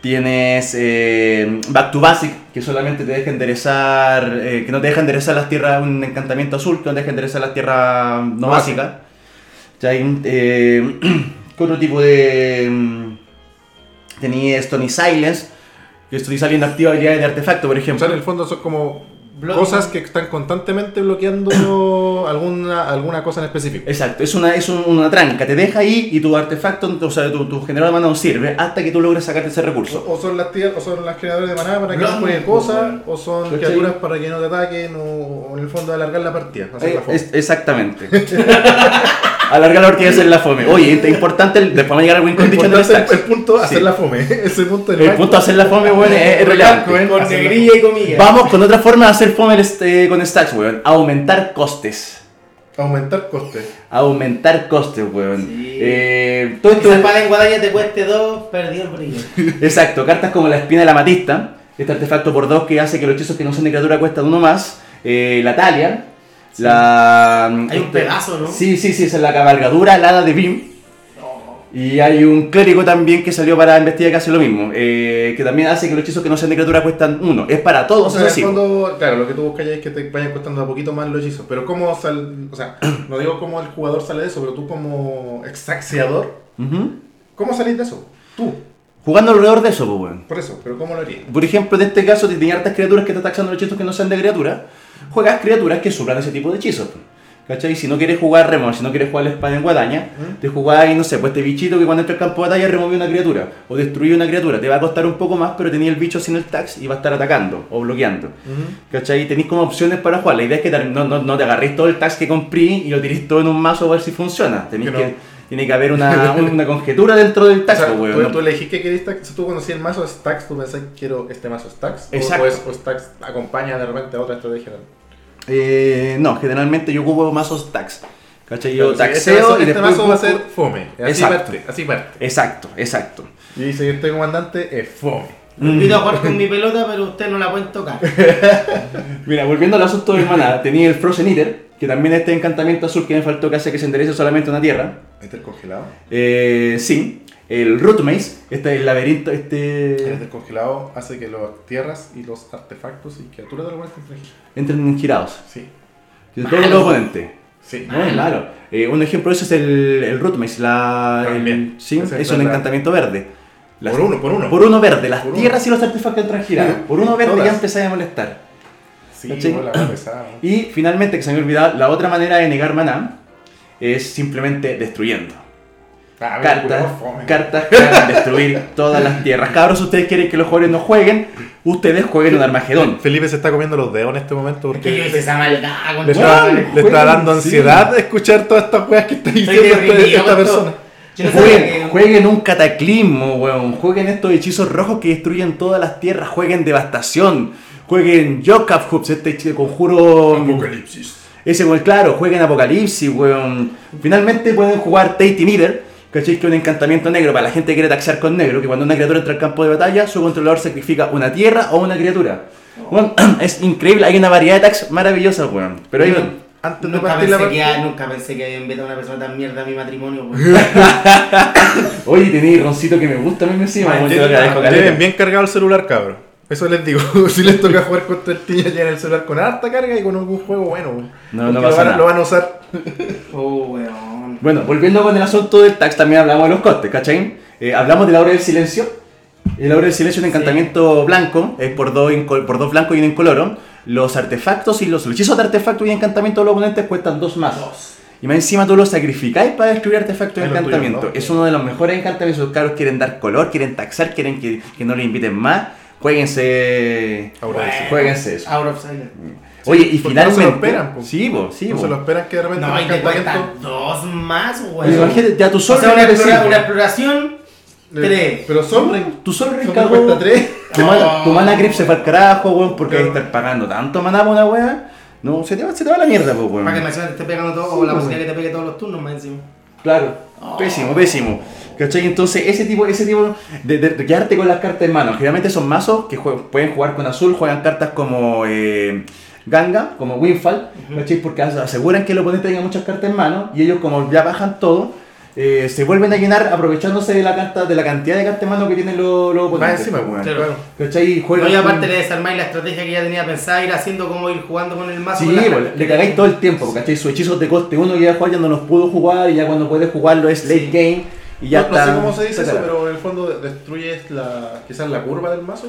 S3: Tienes eh, Back to Basic, que solamente te deja enderezar, eh, que no te deja enderezar las tierras, un encantamiento azul que no te deja enderezar las tierras no
S2: No
S3: básicas. Ya hay un, eh, (clears throat) ¿Qué otro tipo de. mm, Tenía Stony Silence. Que Stony Silence activa habilidades de artefacto, por
S2: O sea,
S3: ejemplo.
S2: en el fondo son como
S1: Bloque.
S2: cosas que están constantemente bloqueando (clears throat) alguna, alguna cosa en específico.
S3: Exacto, es una, es un- una tranca, te deja ahí y tu artefacto, o sea, tu, tu generador de mana no sirve hasta que tú logres sacarte ese recurso.
S2: O son las tías, o son las creadoras de maná para que
S1: Blanco,
S2: no jueguen cosas, o son
S3: ¿Cachai?
S2: criaturas para que no te ataquen, o, o en el fondo alargar la partida. hacer la
S3: Eh,
S2: foto.
S3: es- exactamente. (laughs) Alargar la ortiga y hacer la fome. Oye, es importante, el- después va a llegar al win
S2: Lo
S3: condition de
S2: importante
S3: los
S2: es el
S3: stacks.
S2: punto, hacer
S3: Sí.
S2: la fome. (laughs) Ese punto del
S3: El
S2: banco.
S3: punto de hacer la fome, weón,
S2: (laughs)
S3: Eh, es, es relevante.
S2: Blanco,
S1: Con
S2: Hacerla.
S1: negrilla y comida.
S3: Vamos con otra forma de hacer fome este, con stacks, weón. Aumentar costes.
S2: Aumentar costes.
S3: Aumentar costes, weón.
S1: Sí.
S3: Eh, todo esto-
S1: Esa espada en guadaña te cueste dos, perdió el brillo.
S3: Exacto, cartas como la espina de la matista, este artefacto por dos que hace que los hechizos que no son de criatura cuestan uno más, eh, la talia, la...
S1: Hay un pedazo, ¿no?
S3: Sí, sí, sí, esa es la cabalgadura, la hada de Bim. Y hay un clérigo también que salió para investigar casi lo mismo, eh, que también hace que los hechizos que no sean de criatura cuestan uno. Es para todos,
S2: O sea, en
S3: eso
S2: el
S3: sí.
S2: fondo, claro, lo que tú buscas ya es que te vayan costando a poquito más los hechizos. Pero cómo sal... O sea, (clears throat) no digo cómo el jugador sale de eso, pero tú como exaxiador,
S3: Ujú.
S2: ¿cómo salís de eso? Tú,
S3: Jugando alrededor de eso, pues, weón.
S2: por eso, pero ¿cómo lo harías?
S3: Por ejemplo, en este caso, si tenías hartas criaturas que te están taxando los hechizos que no sean de criatura, juegas criaturas que suplan ese tipo de hechizos. po. ¿Cachai? Si no quieres jugar remor, si no quieres jugar la espada en guadaña,
S2: ¿Mm?
S3: te jugás, no sé, pues este bichito que cuando entra al campo de batalla remueve una criatura o destruye una criatura. Te va a costar un poco más, pero tenía el bicho sin el tax y va a estar atacando o bloqueando. ¿Cachai? Tenéis como opciones para jugar. La idea es que te- no, no, no te agarréis todo el tax que compré y lo tiréis todo en un mazo a ver si funciona. Tenéis
S2: Que no.
S3: que, tiene que
S2: (laughs)
S3: haber una, una conjetura dentro del
S2: O
S3: tax,
S2: sea,
S3: po, weón,
S2: tú,
S3: ¿no?
S2: tú elegís que querías stacks, tú conocías el mazo stacks, tú pensás quiero este mazo stacks. o-
S3: Exacto.
S2: O, es- o stacks acompaña de repente a otra estrategia.
S3: Eh, no, generalmente yo ocupo mazos tax. ¿Cachai? Yo
S2: Claro, sí, este
S3: taxeo
S2: mazo-
S3: y
S2: este
S3: después.
S2: mazo va a ser
S3: busco-
S2: fome. Así
S3: Exacto.
S2: parte, así parte.
S3: Exacto, exacto.
S2: Y dice, este comandante es fome.
S3: Mm.
S1: Lo invito a jugar con mi pelota, pero usted no la pueden
S2: (laughs)
S1: tocar.
S3: Mira, volviendo al asunto de maná, (laughs) tenía el Frozen Eater, que también este encantamiento azul que me faltó que hace que se enderece solamente una tierra.
S2: ¿Este es congelado?
S3: Eh, sí. El Root Maze, este el laberinto, este.
S2: El descongelado hace que las tierras y los artefactos y criaturas de lugar estén tranquilos.
S3: entren en girados.
S2: Sí.
S3: Que Todo el oponente.
S2: Sí.
S3: No, claro. Eh, un ejemplo de eso es el, el Root Maze, la. el-
S2: También.
S3: sí,
S2: Ese
S3: es
S2: es
S3: un
S2: verdad.
S3: encantamiento verde. Las-
S2: Por uno, por uno.
S3: Por uno verde, las
S2: Por uno.
S3: tierras y los artefactos entran girados. Por uno verde
S2: Todas.
S3: ya empezáis a molestar.
S2: Sí,
S3: ¿Cachai?
S2: bueno, la pues, ah, va a pesar, ¿no?
S3: Y finalmente, que se me había olvidado, la otra manera de negar maná es simplemente destruyendo.
S2: Ah, mira,
S3: Cartas,
S2: culiao, fome.
S3: cartas que hagan destruir todas las tierras. Cabros, ustedes quieren que los jugadores no jueguen, ustedes jueguen un Armagedón.
S2: Felipe se está comiendo los dedos en este momento
S1: Que yo
S2: porque
S1: hice esa maldad con
S2: le está,
S3: Weón,
S2: le está
S3: juegan,
S2: dando
S3: sí.
S2: ansiedad escuchar todas estas weas que está diciendo este, esta,
S1: deprimido
S2: esta
S1: con
S2: persona.
S1: todo. Yo no sabía que-
S3: Jueguen, jueguen un cataclismo, weón. Jueguen estos hechizos rojos que destruyen todas las tierras. Jueguen devastación. Jueguen Yokap Hoops, este hechizo- conjuro.
S2: Apocalipsis.
S3: Ese weón, claro, jueguen Apocalipsis, weón. Finalmente pueden jugar Tating Eater, ¿cachai? Que es un encantamiento negro para la gente que quiere taxar con negro, que cuando una criatura entra al campo de batalla, su controlador sacrifica una tierra o una criatura. Weón, (clears throat) es increíble, hay una variedad de tax maravillosa, weón. Pero ahí
S1: Weón,
S2: Antes de
S1: Nunca
S2: partir la
S1: pensé, que,
S2: partida.
S1: nunca pensé que había invitado a una persona tan mierda a mi matrimonio.
S3: (laughs)
S1: weón.
S3: Oye, tenéis roncito que me gusta a mí encima, weón, te lo agradezco,
S2: Lleven
S3: caleta.
S2: bien cargado el celular, cabrón. Eso les digo. (laughs) si les toca jugar contra el tiña, lleven el celular con harta carga y con algún juego bueno. weón.
S3: No, no
S2: Porque lo,
S3: pasa
S2: van, a-
S3: nada.
S2: lo van a usar.
S1: Oh, weón.
S3: Bueno, volviendo con el asunto del tax, también hablamos de los costes, ¿cachai? Eh, hablamos de la hora del silencio. El hora del silencio es un encantamiento blanco, es por dos, inco- por dos blancos y un incoloro. Los artefactos y los, los hechizos de artefactos y encantamientos de los oponentes cuestan dos más.
S1: Dos.
S3: Y más encima tú los sacrificáis para destruir artefactos y
S2: Es lo tuyo,
S3: encantamientos.
S2: ¿no?
S3: Es uno de los mejores encantamientos. Los caros quieren dar color, quieren taxar, quieren que, que no le inviten más. Jueguense.
S2: Ahora
S1: Bueno.
S2: sí. Ah,
S3: Jueguense eso.
S1: Out of silence.
S3: Oye, y
S2: porque no se lo
S3: finalmente.
S2: esperan, po.
S3: sí, vos, sí,
S2: no
S3: po.
S2: se lo esperan que de repente
S1: No, y
S2: un
S1: te
S2: encantamiento-
S1: cuentan dos más, weón.
S3: Oye, Pues Imagínate, ya tú
S1: O
S3: solo.
S1: sea, una,
S3: eres
S1: explora-
S3: cinco.
S1: una exploración, tres.
S2: Eh, Pero Sombra
S3: Tu solo
S2: Sombra
S3: cagó.
S2: cuesta tres. Ah.
S3: Tu, mana, tu mana grip se fue al carajo, weón, porque hay que
S2: Claro.
S3: estar pagando tanto maná por una weá. No, se te va, se te va la mierda, pues,
S1: Para que me
S3: weón.
S1: encima te esté pegando todo, o la
S3: pues,
S1: posibilidad que te pegue todos los turnos más encima.
S3: Claro.
S2: Ah.
S3: Pésimo, pésimo. ¿Cachai? Entonces, ese tipo, ese tipo de, de- de quedarte con las cartas en mano. Generalmente son mazos que jue- pueden jugar con azul, juegan cartas como eh, Ganga, como Winfall, ¿cachai? Porque as- aseguran que el oponente tenga muchas cartas en mano y ellos, como ya bajan todo, eh, se vuelven a llenar aprovechándose de la carta, de la cantidad de cartas en mano que tienen los, los
S2: Más
S3: oponentes.
S2: encima, weón.
S1: Claro.
S2: Claro.
S3: ¿Cachai?
S1: No,
S3: Juegan
S1: y aparte
S3: con-
S1: le desarmáis la estrategia que ya tenía pensada, ir haciendo como ir jugando con el mazo.
S3: Sí,
S1: con la-
S3: pues, le cagáis pues, todo el tiempo, ¿cachai? Sus hechizos de coste uno que ya jugar ya no los pudo jugar y ya cuando puedes jugarlo es late
S1: Sí.
S3: game. Y ya
S2: no, no
S3: está.
S2: sé cómo se dice
S3: está
S2: eso,
S3: cagado.
S2: pero en el fondo de- destruyes la, quizás la curva del mazo.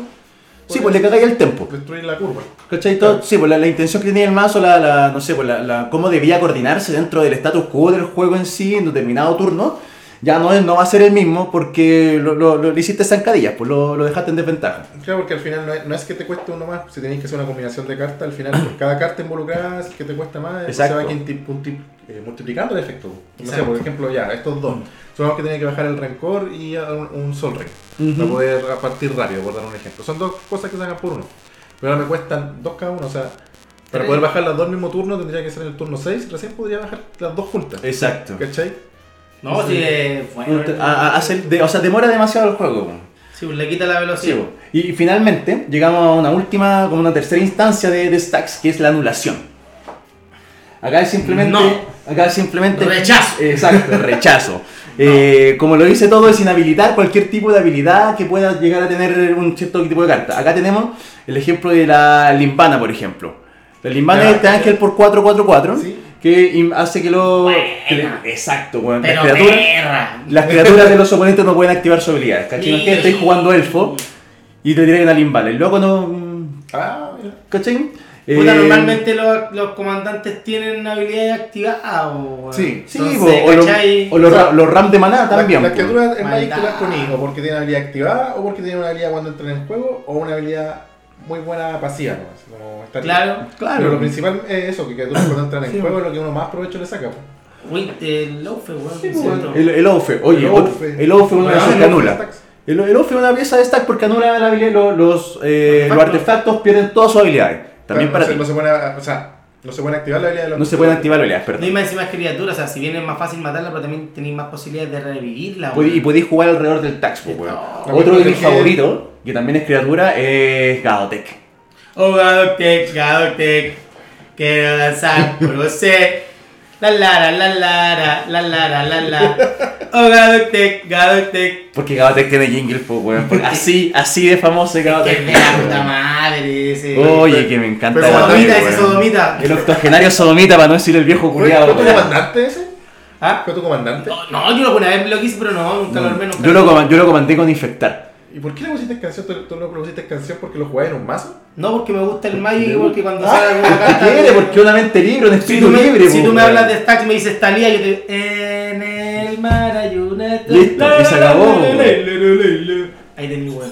S3: Sí, pues le cagáis el tempo.
S2: Destruyes la curva.
S3: ¿Cachai? Todo- sí, pues la, la intención que tenía el mazo, la, la- no sé, pues la, la- cómo debía coordinarse dentro del status quo del juego en sí, en determinado turno, ya no, es- no va a ser el mismo porque lo, lo- lo- le hiciste zancadillas, pues lo, lo dejaste en desventaja.
S2: Claro, porque al final no es, no es que te cueste uno más, si tenéis que hacer una combinación de cartas, al final por cada carta involucrada es el que te cuesta más, entonces se
S3: Exacto.
S2: va quinti- punti- eh, multiplicando el efecto. No sé,
S3: Exacto.
S2: por ejemplo, ya, estos
S3: Mm.
S2: dos. Son los que tienen que bajar el rencor y a un, un sol rey. Para
S3: Ujú.
S2: poder partir rápido, por dar un ejemplo. Son dos cosas que se hagan por uno. Pero ahora me cuestan dos cada uno, o sea, para poder bajar las dos al mismo turno tendría que ser en el turno 6, recién podría bajar las dos juntas.
S3: Exacto.
S2: ¿Cachai?
S1: No, si es bueno.
S3: A- a- hace- de- o sea, demora demasiado el juego. pues.
S1: Sí, pues le quita la
S3: Sí,
S1: velocidad.
S3: po. y, y finalmente llegamos a una última, como una tercera instancia de, de stacks, que es la anulación. Acá es simplemente.
S1: No.
S3: Acá es simplemente.
S1: Rechazo.
S3: (laughs) Exacto, rechazo. Eh, como lo dice todo, es inhabilitar cualquier tipo de habilidad que pueda llegar a tener un cierto tipo de carta. Acá tenemos el ejemplo de la limbana, por ejemplo. La limbana
S2: Ya,
S3: es este
S2: ya.
S3: ángel por 444
S2: Sí.
S3: que im- hace que lo. que le-
S1: Buena.
S3: exacto, weón.
S1: Pero
S3: Las criaturas-
S1: perra.
S3: las criaturas de los oponentes no pueden activar su habilidad. ¿Cachai? Imagínate, estoy jugando elfo y te tiran a Limbala. El loco no.
S2: Ah, mira.
S3: ¿Cachai?
S1: Puta,
S3: Eh,
S1: normalmente los, los comandantes tienen habilidades activadas. o-
S2: Sí,
S3: Sí,
S1: Entonces,
S3: bo, o, lo-
S1: ¿cachai?
S3: o los ra- los RAM de maná Ah, también.
S2: Las,
S3: pues.
S2: las
S3: po.
S2: criaturas en Magic te las
S1: Maldad.
S2: poní, o porque tienen habilidad activada, o porque tienen una habilidad cuando entran en el juego, o una habilidad muy buena pasiva, ¿no? Así como estar-
S1: Claro.
S3: Claro.
S2: Pero lo principal es eso, que criaturas cuando entran en
S3: Sí,
S2: el juego es lo que uno más provecho le saca. pues. po.
S1: Winter Lofe, weón.
S2: Sí,
S1: ¿no es cierto?
S3: pues, El, el Ofe, oye,
S2: El
S3: otro-
S2: Ofe.
S3: el Ofe es una
S2: Bueno,
S3: de sus
S2: el
S3: que
S2: Ofe
S3: anula.
S2: stacks.
S3: El, el Ofe es una pieza de stack porque anula la habilidad, lo- los, eh, los
S1: Artefactos.
S3: artefactos pierden todas sus habilidades. También
S2: Claro,
S3: para
S2: no se,
S3: ti.
S2: no se pueden, o sea, no se pueden activar la habilidad de los
S3: No se pueden activar habilidades, perdón.
S1: No hay más encima criaturas, o sea, si bien es más fácil matarla, pero también tenéis más posibilidades de revivirla.
S3: Podí- Pues, y
S1: weón.
S3: podéis jugar alrededor del tax, po, weón.
S1: No.
S3: Otro de mis
S2: Porque-
S3: favoritos, que también es criatura, es Gadotec.
S1: Oh, Gadotec, Gadotec, quiero danzar con usted. La la la la la la la la la la la. Oh, Gadotec, Gadotec.
S3: Porque Gabatec tiene jingle, po, weón. Porque así, así de famoso es
S1: Que
S3: Gabatec.
S1: es de la puta madre ese.
S3: Oye, que me encanta.
S2: Pero
S3: Gabatec,
S1: sodomita, ese
S3: weón.
S1: sodomita.
S3: El octogenario sodomita, para no decir el viejo
S2: ¿Fue, fue
S3: culiado.
S2: tu comandante ese?
S1: ¿Ah?
S2: ¿Fue tu comandante?
S1: No, no, yo lo alguna vez lo quise, pero no, nunca lo armé, nunca.
S3: Mm. Yo lo, coman- yo lo comandé con infectar.
S2: ¿Y por qué le pusiste canción? ¿Tú, tú no le pusiste canción porque lo jugabas en un mazo?
S1: No, porque me gusta el Magic,
S3: Me
S1: igual
S3: Ah, gusta.
S1: que cuando sale alguna
S3: ¿Qué
S1: carta.
S3: quiere? Porque una mente libre, un
S1: Si
S3: espíritu
S1: tú, me,
S3: libre,
S1: si
S3: po,
S1: tú me
S3: weón.
S1: hablas de stacks y me dices Talía, yo te. En el mar hay una. estatua".
S3: Listo, y se acabó,
S1: Ahí tenés, weón.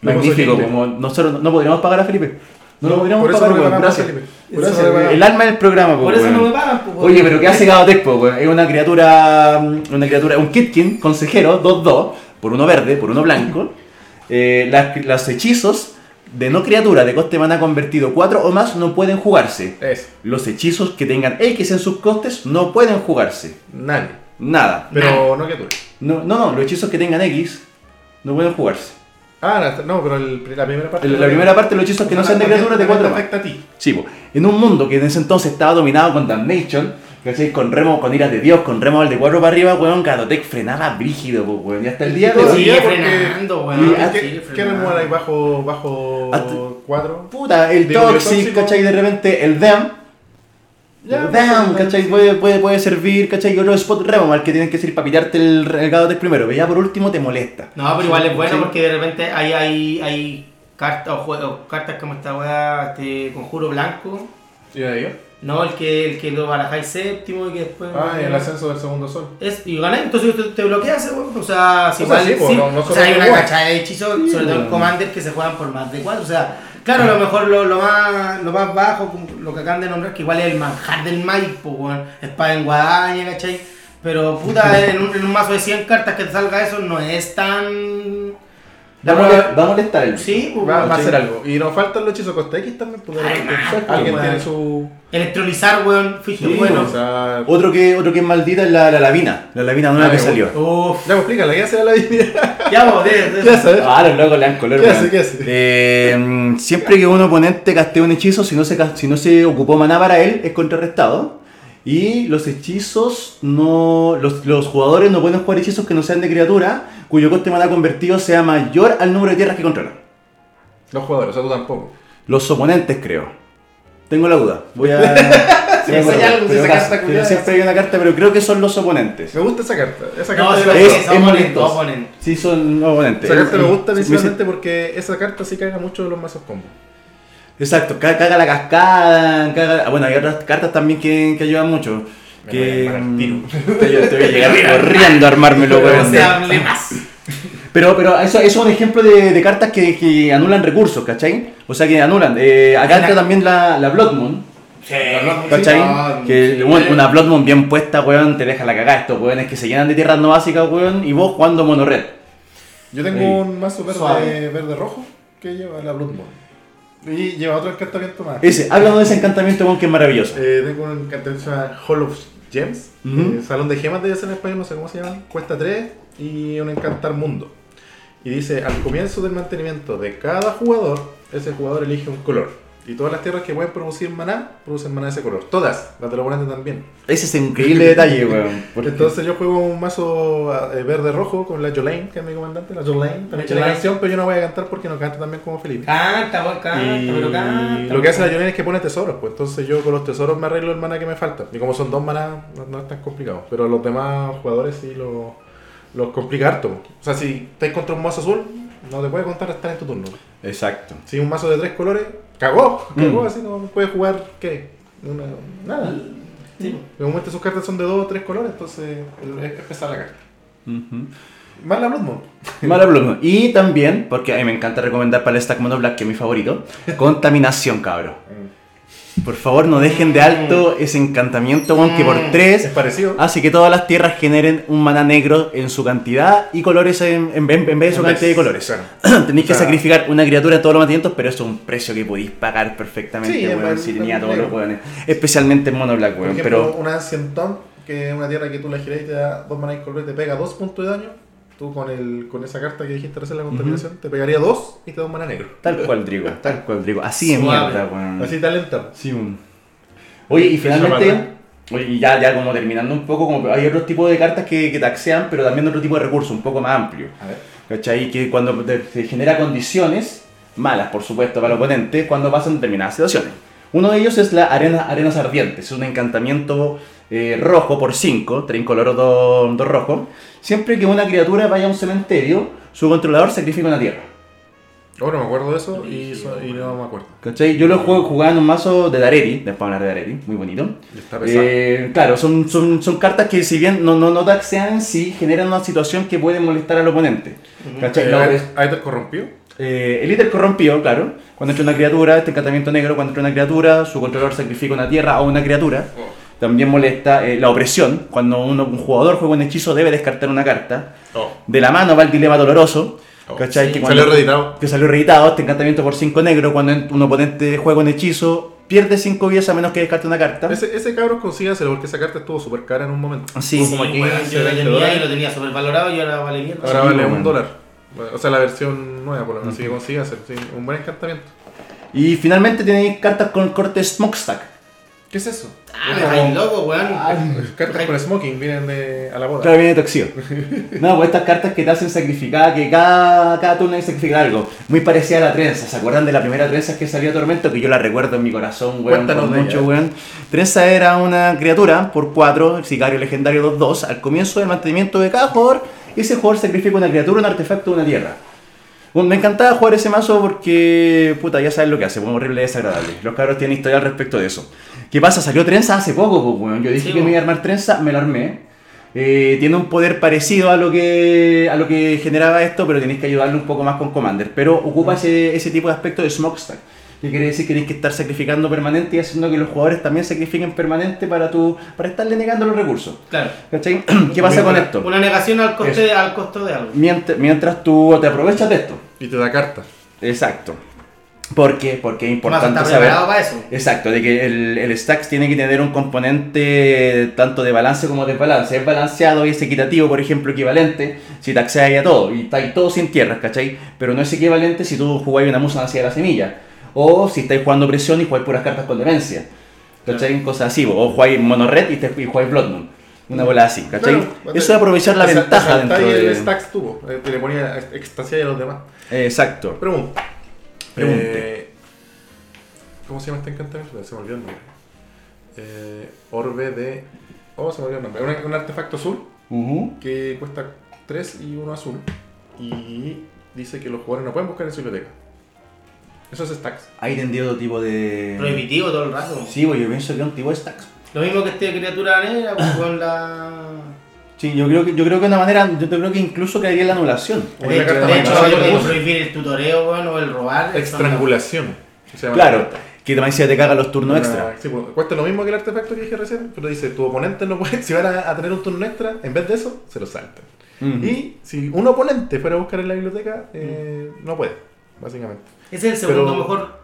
S3: Magnífico,
S2: Famoso jingle.
S3: como nosotros no- no podríamos pagar a Felipe. No lo podríamos
S2: por eso
S3: pagar,
S2: no le
S3: weón.
S2: pagamos a
S3: Gracias.
S2: Felipe. Por eso no le
S3: Gracias. El
S2: pagamos.
S3: alma del programa, po,
S1: Por eso
S3: weón.
S1: no me pagan, pues.
S3: Oye, pero ¿qué hace Gadotec, po, weón? Es una criatura, mm, una criatura, un Kitkin, consejero, 2-2, por uno verde, por uno (laughs) blanco. Eh, las- los hechizos de no criatura de coste mana convertido 4 o más no pueden jugarse.
S2: Eso,
S3: Los hechizos que tengan X en sus costes no pueden jugarse.
S2: nadie.
S3: Nada.
S2: Pero no que tú.
S3: No, no, no, los hechizos que tengan X no pueden jugarse.
S2: Ah, no, no, pero el- la primera parte.
S3: El- La primera parte, los hechizos que no sean de criaturas de 4
S2: te
S3: o más.
S2: afecta a ti.
S3: Sí, po. en un mundo que en ese entonces estaba dominado con Damnation, ¿cachai? Con remo, con iras de Dios, con remo al de cuatro para arriba, weón, Gadotec frenaba brígido, po, weón. Y hasta el día de hoy.
S1: Sigue
S2: Sí, porque-
S1: frenando,
S3: y
S1: weón.
S3: a-
S1: sigue
S2: ¿Qué, qué
S1: frenando.
S2: removal hay bajo, bajo
S3: Hasta-
S2: 4?
S3: Puta, el
S2: Digo,
S3: Toxic,
S2: tóxico.
S3: ¿cachai? De repente el Damn.
S2: Ya,
S3: el Damn,
S2: pues,
S3: ¿cachai? Puede, puede, puede servir, ¿cachai? Y otro spot remo al que tienen que ir para pillarte el, el Gadotec primero, pero ya por último te molesta.
S1: No, pero igual es bueno
S3: Sí.
S1: porque de repente hay, hay, hay cartas o juegos, cartas como esta weá, este conjuro blanco.
S2: ¿Y ahí? eh?
S1: No, el que, el que lo barajáis séptimo y que después.
S2: Ah, y el ascenso del segundo sol.
S1: Es, y ganáis, entonces te, te bloqueas, ese weón. O sea, si
S2: O sea,
S1: igual-
S2: sí, pues, no- no
S1: o
S2: solo
S1: sea, hay una
S2: jugar.
S1: cachada de hechizos, sobre
S3: Sí,
S1: todo en
S2: pues,
S3: weón.
S1: Commander, que se juegan por más de cuatro. O sea, claro, a lo mejor lo, lo más, lo más bajo, como lo que acaban de nombrar, que igual es el manjar del Magic, pues, weón. Espada en guadaña, ¿cachai? Pero puta, en un, en un mazo de 100 cartas que te salga eso no es tan.
S3: Va a molest- va a molestar el.
S1: Sí, pues,
S2: Va,
S1: weón.
S2: va a hacer algo. Y nos faltan los hechizos costa X también. porque de
S1: Ay,
S2: repente
S1: man,
S2: Alguien
S1: man.
S2: tiene su.
S1: Electrolizar, weón, fuiste
S2: Sí,
S1: bueno.
S2: O sea,
S3: Otro que, otro que es maldita es la, la lavina. La lavina nueva
S2: Ah,
S3: que
S2: ya,
S3: salió.
S1: Uf,
S2: ya, pues explícala, ¿qué hace la (laughs) divinidad?
S1: ya vos, de, de-
S2: ¿Qué hace?
S3: Ah, los locos le dan color,
S2: ¿Qué
S3: weón.
S2: hace? ¿Qué hace?
S3: Eh, mm, siempre que un oponente castea un hechizo, si no se, ca- si no se ocupó maná para él, es contrarrestado. Y los hechizos no. Los, los jugadores no pueden jugar hechizos que no sean de criatura, cuyo coste maná convertido sea mayor al número de tierras que controla.
S2: Los jugadores, o sea, tú tampoco.
S3: Los oponentes, creo. Tengo la duda. Voy a.
S2: (laughs)
S1: Si me sale algo de esa
S3: Pero acá-
S1: carta,
S3: pero
S1: culiao,
S3: siempre hay una carta, pero creo que son los oponentes.
S2: Me gusta esa carta. Esa
S1: No,
S2: carta
S1: es,
S2: la-
S3: es-
S1: es
S3: es
S1: oponente,
S3: molestos.
S1: oponente.
S3: Sí, son los oponentes.
S2: Esa carta me gusta
S3: Sí, me dice-
S2: principalmente porque esa carta sí caga mucho de los mazos combo.
S3: Exacto, ca- caga la cascada, caga... Bueno, hay otras cartas también que, que ayudan mucho.
S2: Me
S3: Que...
S2: voy a armar al tiro.
S3: Te, (laughs) te voy
S2: (laughs)
S3: a llegar corriendo a armármelo,
S1: No
S3: weón.
S1: se hable más.
S3: Pero, pero eso, eso es un ejemplo de, de cartas que, que anulan recursos, ¿cachai? O sea, que anulan. Eh, acá está también la, la Blood Moon,
S1: Sí,
S3: ¿cachai?
S1: Eh, no,
S3: que
S1: sí.
S3: weón, una Blood Moon bien puesta, weón, te deja la cagada. Estos weones que se llenan de tierras no básicas, weón, y vos jugando mono red.
S2: Yo tengo
S3: Sí.
S2: un mazo
S1: Suave.
S2: verde, verde rojo que lleva la Blood Moon. Y lleva otro encantamiento más.
S3: Ese, háblanos de ese encantamiento, weón, que es maravilloso.
S2: Eh, tengo un encantamiento que se llama Hall of Gems.
S3: Ujú.
S2: eh, Salón de Gemas debe ser en español, no sé cómo se llama. Cuesta 3 y un encantar mundo. Y dice, al comienzo del mantenimiento de cada jugador, ese jugador elige un color. Y todas las tierras que pueden producir maná, producen maná de ese color. Todas, las del oponente también.
S3: Ese es un increíble detalle, weón. porque-
S2: Entonces yo juego un mazo eh, verde-rojo con la Jolene, que es mi comandante, la Jolene. También tiene
S1: Jolene.
S2: canción, pero yo no voy a cantar porque no canta también como Felipe.
S1: Canta, weón, canta,
S2: Y
S1: pero canta.
S2: lo que hace la Yolene es que pone tesoros, pues entonces yo con los tesoros me arreglo el mana que me falta. Y como son dos manas, no, no es tan complicado. Pero los demás jugadores sí los los complica harto. O sea, si estáis contra un mazo azul, no te puede contar hasta en tu turno.
S3: Exacto.
S2: Si un mazo de tres colores, cagó, cagó,
S3: Mm.
S2: así no puedes jugar, ¿qué? Una- nada.
S1: Sí.
S2: De momento sus cartas son de dos o tres colores, entonces es, es pesada la carta.
S3: Ujú.
S2: Más la Blood Moon.
S3: (laughs) Mala pluma. Y también, porque a mí me encanta recomendar para el Stack Mono Black, que es
S2: (laughs)
S3: mi favorito, Contaminación, cabro. Por favor, no dejen de alto
S2: Mm.
S3: ese encantamiento, weón, que por
S2: Es
S3: tres
S2: parecido.
S3: hace que todas las tierras generen un maná negro en su cantidad y colores en, en vez, en vez de su
S2: En
S3: cantidad de
S2: vez,
S3: colores. (clears throat)
S2: claro.
S3: Tenéis que
S2: O sea-
S3: sacrificar una criatura en todos los mantenimientos, pero eso es un precio que podéis pagar perfectamente,
S2: Sí,
S3: weón,
S2: en-
S3: si
S2: en
S3: tenía todos los
S2: negro.
S3: weones. Especialmente en Mono Black,
S2: Por
S3: weón.
S2: ejemplo,
S3: Pero
S2: una Sientón, que es una tierra que tú la giras y te da dos maná y color y te pega dos puntos de daño. Tú con, el, con esa carta que dijiste recién la contaminación, te pegaría dos y te da un maná negro.
S3: tal cual, Drigo, tal cual, Drigo. Así es
S1: Suave.
S3: mierda, weón.
S2: Así te alenta.
S3: Sí, un- Oye, y
S2: verdad.
S3: finalmente, oye, y ya, ya como terminando un poco, como hay otro tipo de cartas que, que taxean, pero también otro tipo de recursos, un poco más amplio.
S2: A ver.
S3: ¿Cachai? Que cuando te- se genera condiciones, malas por supuesto para el oponente, cuando pasan determinadas situaciones. Uno de ellos es la arena, Arenas Ardientes, es un encantamiento eh, rojo por 5, tricolor 2 rojo. Siempre que una criatura vaya a un cementerio, su controlador sacrifica una tierra.
S2: Ahora Oh, me acuerdo de eso y, so- y no me acuerdo.
S3: ¿Cachai? Yo lo juego, jugaba en un mazo de Dareri, después vamos a hablar de Dareri, muy bonito.
S2: Está pesado.
S3: Eh, claro, son, son, son cartas que si bien no, no, no taxean en sí, generan una situación que puede molestar al oponente. ¿Cachai?
S2: Eh,
S3: La-
S2: Aether- Aether corrompido.
S3: eh, el líder corrompido, claro. Cuando entra una criatura, este encantamiento negro, cuando entra una criatura, su controlador sacrifica una tierra o una criatura.
S2: Oh.
S3: También molesta eh, la opresión. Cuando uno- un jugador juega un hechizo debe descartar una carta. De la mano va el dilema doloroso.
S2: Oh,
S3: ¿Cachai?
S1: sí.
S3: Que
S2: Salió reeditado.
S3: que salió reeditado, este encantamiento por 5 negro, cuando en- un oponente juega un hechizo, pierde 5 vidas a menos que descarte una carta.
S2: Ese, ese cabrón consígaselo porque esa carta estuvo súper cara en un momento.
S3: Sí,
S1: Como
S2: Sí,
S1: que
S2: weón,
S1: yo lo
S2: 20
S1: tenía y
S2: dólares.
S1: lo tenía súper valorado y ahora vale mierda.
S2: Ahora
S3: Sí,
S2: vale
S3: bueno.
S2: un dólar. O sea, la versión nueva, por lo menos. Así que consígaselo. sí, un buen encantamiento.
S3: Y finalmente tenéis cartas con corte smokestack.
S2: ¿Qué es eso?
S1: Ah, me dejáis loco, weón.
S2: pues, Cartas con smoking vienen de, a la boda.
S3: Claro, viene toxido. No, pues estas cartas que te hacen sacrificar, que cada, cada turno hay que sacrificar algo. Muy parecida a la trenza. ¿Se acuerdan de la primera trenza que salió a Tormento? Que yo la recuerdo en mi corazón, weón.
S2: Cuéntanos
S3: con
S2: de
S3: mucho,
S2: ella.
S3: weón. Trenza era una criatura por 4, el sicario legendario 2-2. Al comienzo del mantenimiento de cada jugador, ese jugador sacrifica una criatura, un artefacto o una tierra. Bueno, me encantaba jugar ese mazo porque, puta, ya sabes lo que hace, bueno, horrible y desagradable. Los cabros tienen historia al respecto de eso. ¿Qué pasa? Salió trenza hace poco, pues, weón. Yo
S1: Sí,
S3: dije que me
S1: weón.
S3: iba a armar trenza, me lo armé. Eh, tiene un poder parecido a lo que a lo que generaba esto, pero tenéis que ayudarle un poco más con Commander. Pero ocupa ese, ese tipo de aspecto de Smokestack. Que quiere decir que tenéis que estar sacrificando permanente y haciendo que los jugadores también sacrifiquen permanente para tu para estarle negando los recursos.
S1: Claro. (coughs)
S3: ¿Cachai? ¿Qué pasa con esto?
S1: Una negación al coste, al costo de algo.
S3: Mientras, mientras tú te aprovechas de esto.
S2: Y te da carta.
S3: Exacto. Porque, porque es
S1: Más
S3: importante
S1: está
S3: saber.
S1: preparado para eso.
S3: Exacto, de que el, el stacks tiene que tener un componente tanto de balance como desbalance. Es balanceado y es equitativo, por ejemplo, equivalente si taxeáis a todo. Y estáis todos sin tierras, ¿cachai? Pero no es equivalente si tú jugáis una musa hacia la semilla. O si estáis jugando presión y jugáis puras cartas con demencia. ¿Cachai? Cosas así. O jugáis monorred y, te- y jugáis Blood Moon. Una bola así, ¿cachai?
S2: Claro,
S3: Eso es aprovechar la
S2: te sa- te
S3: ventaja
S2: saltáis
S3: dentro de...
S2: el stacks tuvo, eh, que le ponía ex- extasia a los demás.
S3: Exacto.
S2: Pregunta.
S3: Pregunte.
S2: Eh, ¿Cómo se llama este encantamiento? Se me olvidó el nombre. Eh, Orbe de. Oh, se me olvidó el nombre. Un, un artefacto azul
S3: Ujú.
S2: que cuesta 3 y 1 azul. Y dice que los jugadores no pueden buscar en su biblioteca. Eso es stacks.
S3: Ahí tendría otro tipo de.
S1: Prohibitivo todo el rato.
S3: Sí, pues yo pienso que es un tipo de stacks.
S1: Lo mismo que este criatura negra pues, con
S3: (laughs)
S1: la.
S3: Sí, yo creo que, yo creo que de una manera, yo creo que incluso caería en la anulación.
S2: O
S1: De
S2: la
S1: hecho, de
S2: carta más
S1: hecho,
S2: grande
S1: yo
S2: que
S1: puedo
S2: puse.
S1: prohibir el tutoreo, weón, o el robar. eso no.
S2: Estrangulación. Se llama la
S3: Claro,
S2: carta.
S3: que también se te caga los turnos
S2: Una-
S3: extra.
S2: sí, pues, cuesta lo mismo que el artefacto que dije recién, pero dice, tu oponente no puede, (laughs) si van a, a tener un turno extra, en vez de eso, se lo saltan.
S3: Ujú.
S2: Y si un oponente fuera a buscar en la biblioteca, eh, no puede, básicamente.
S1: ¿Ese es el segundo
S2: Pero-
S1: mejor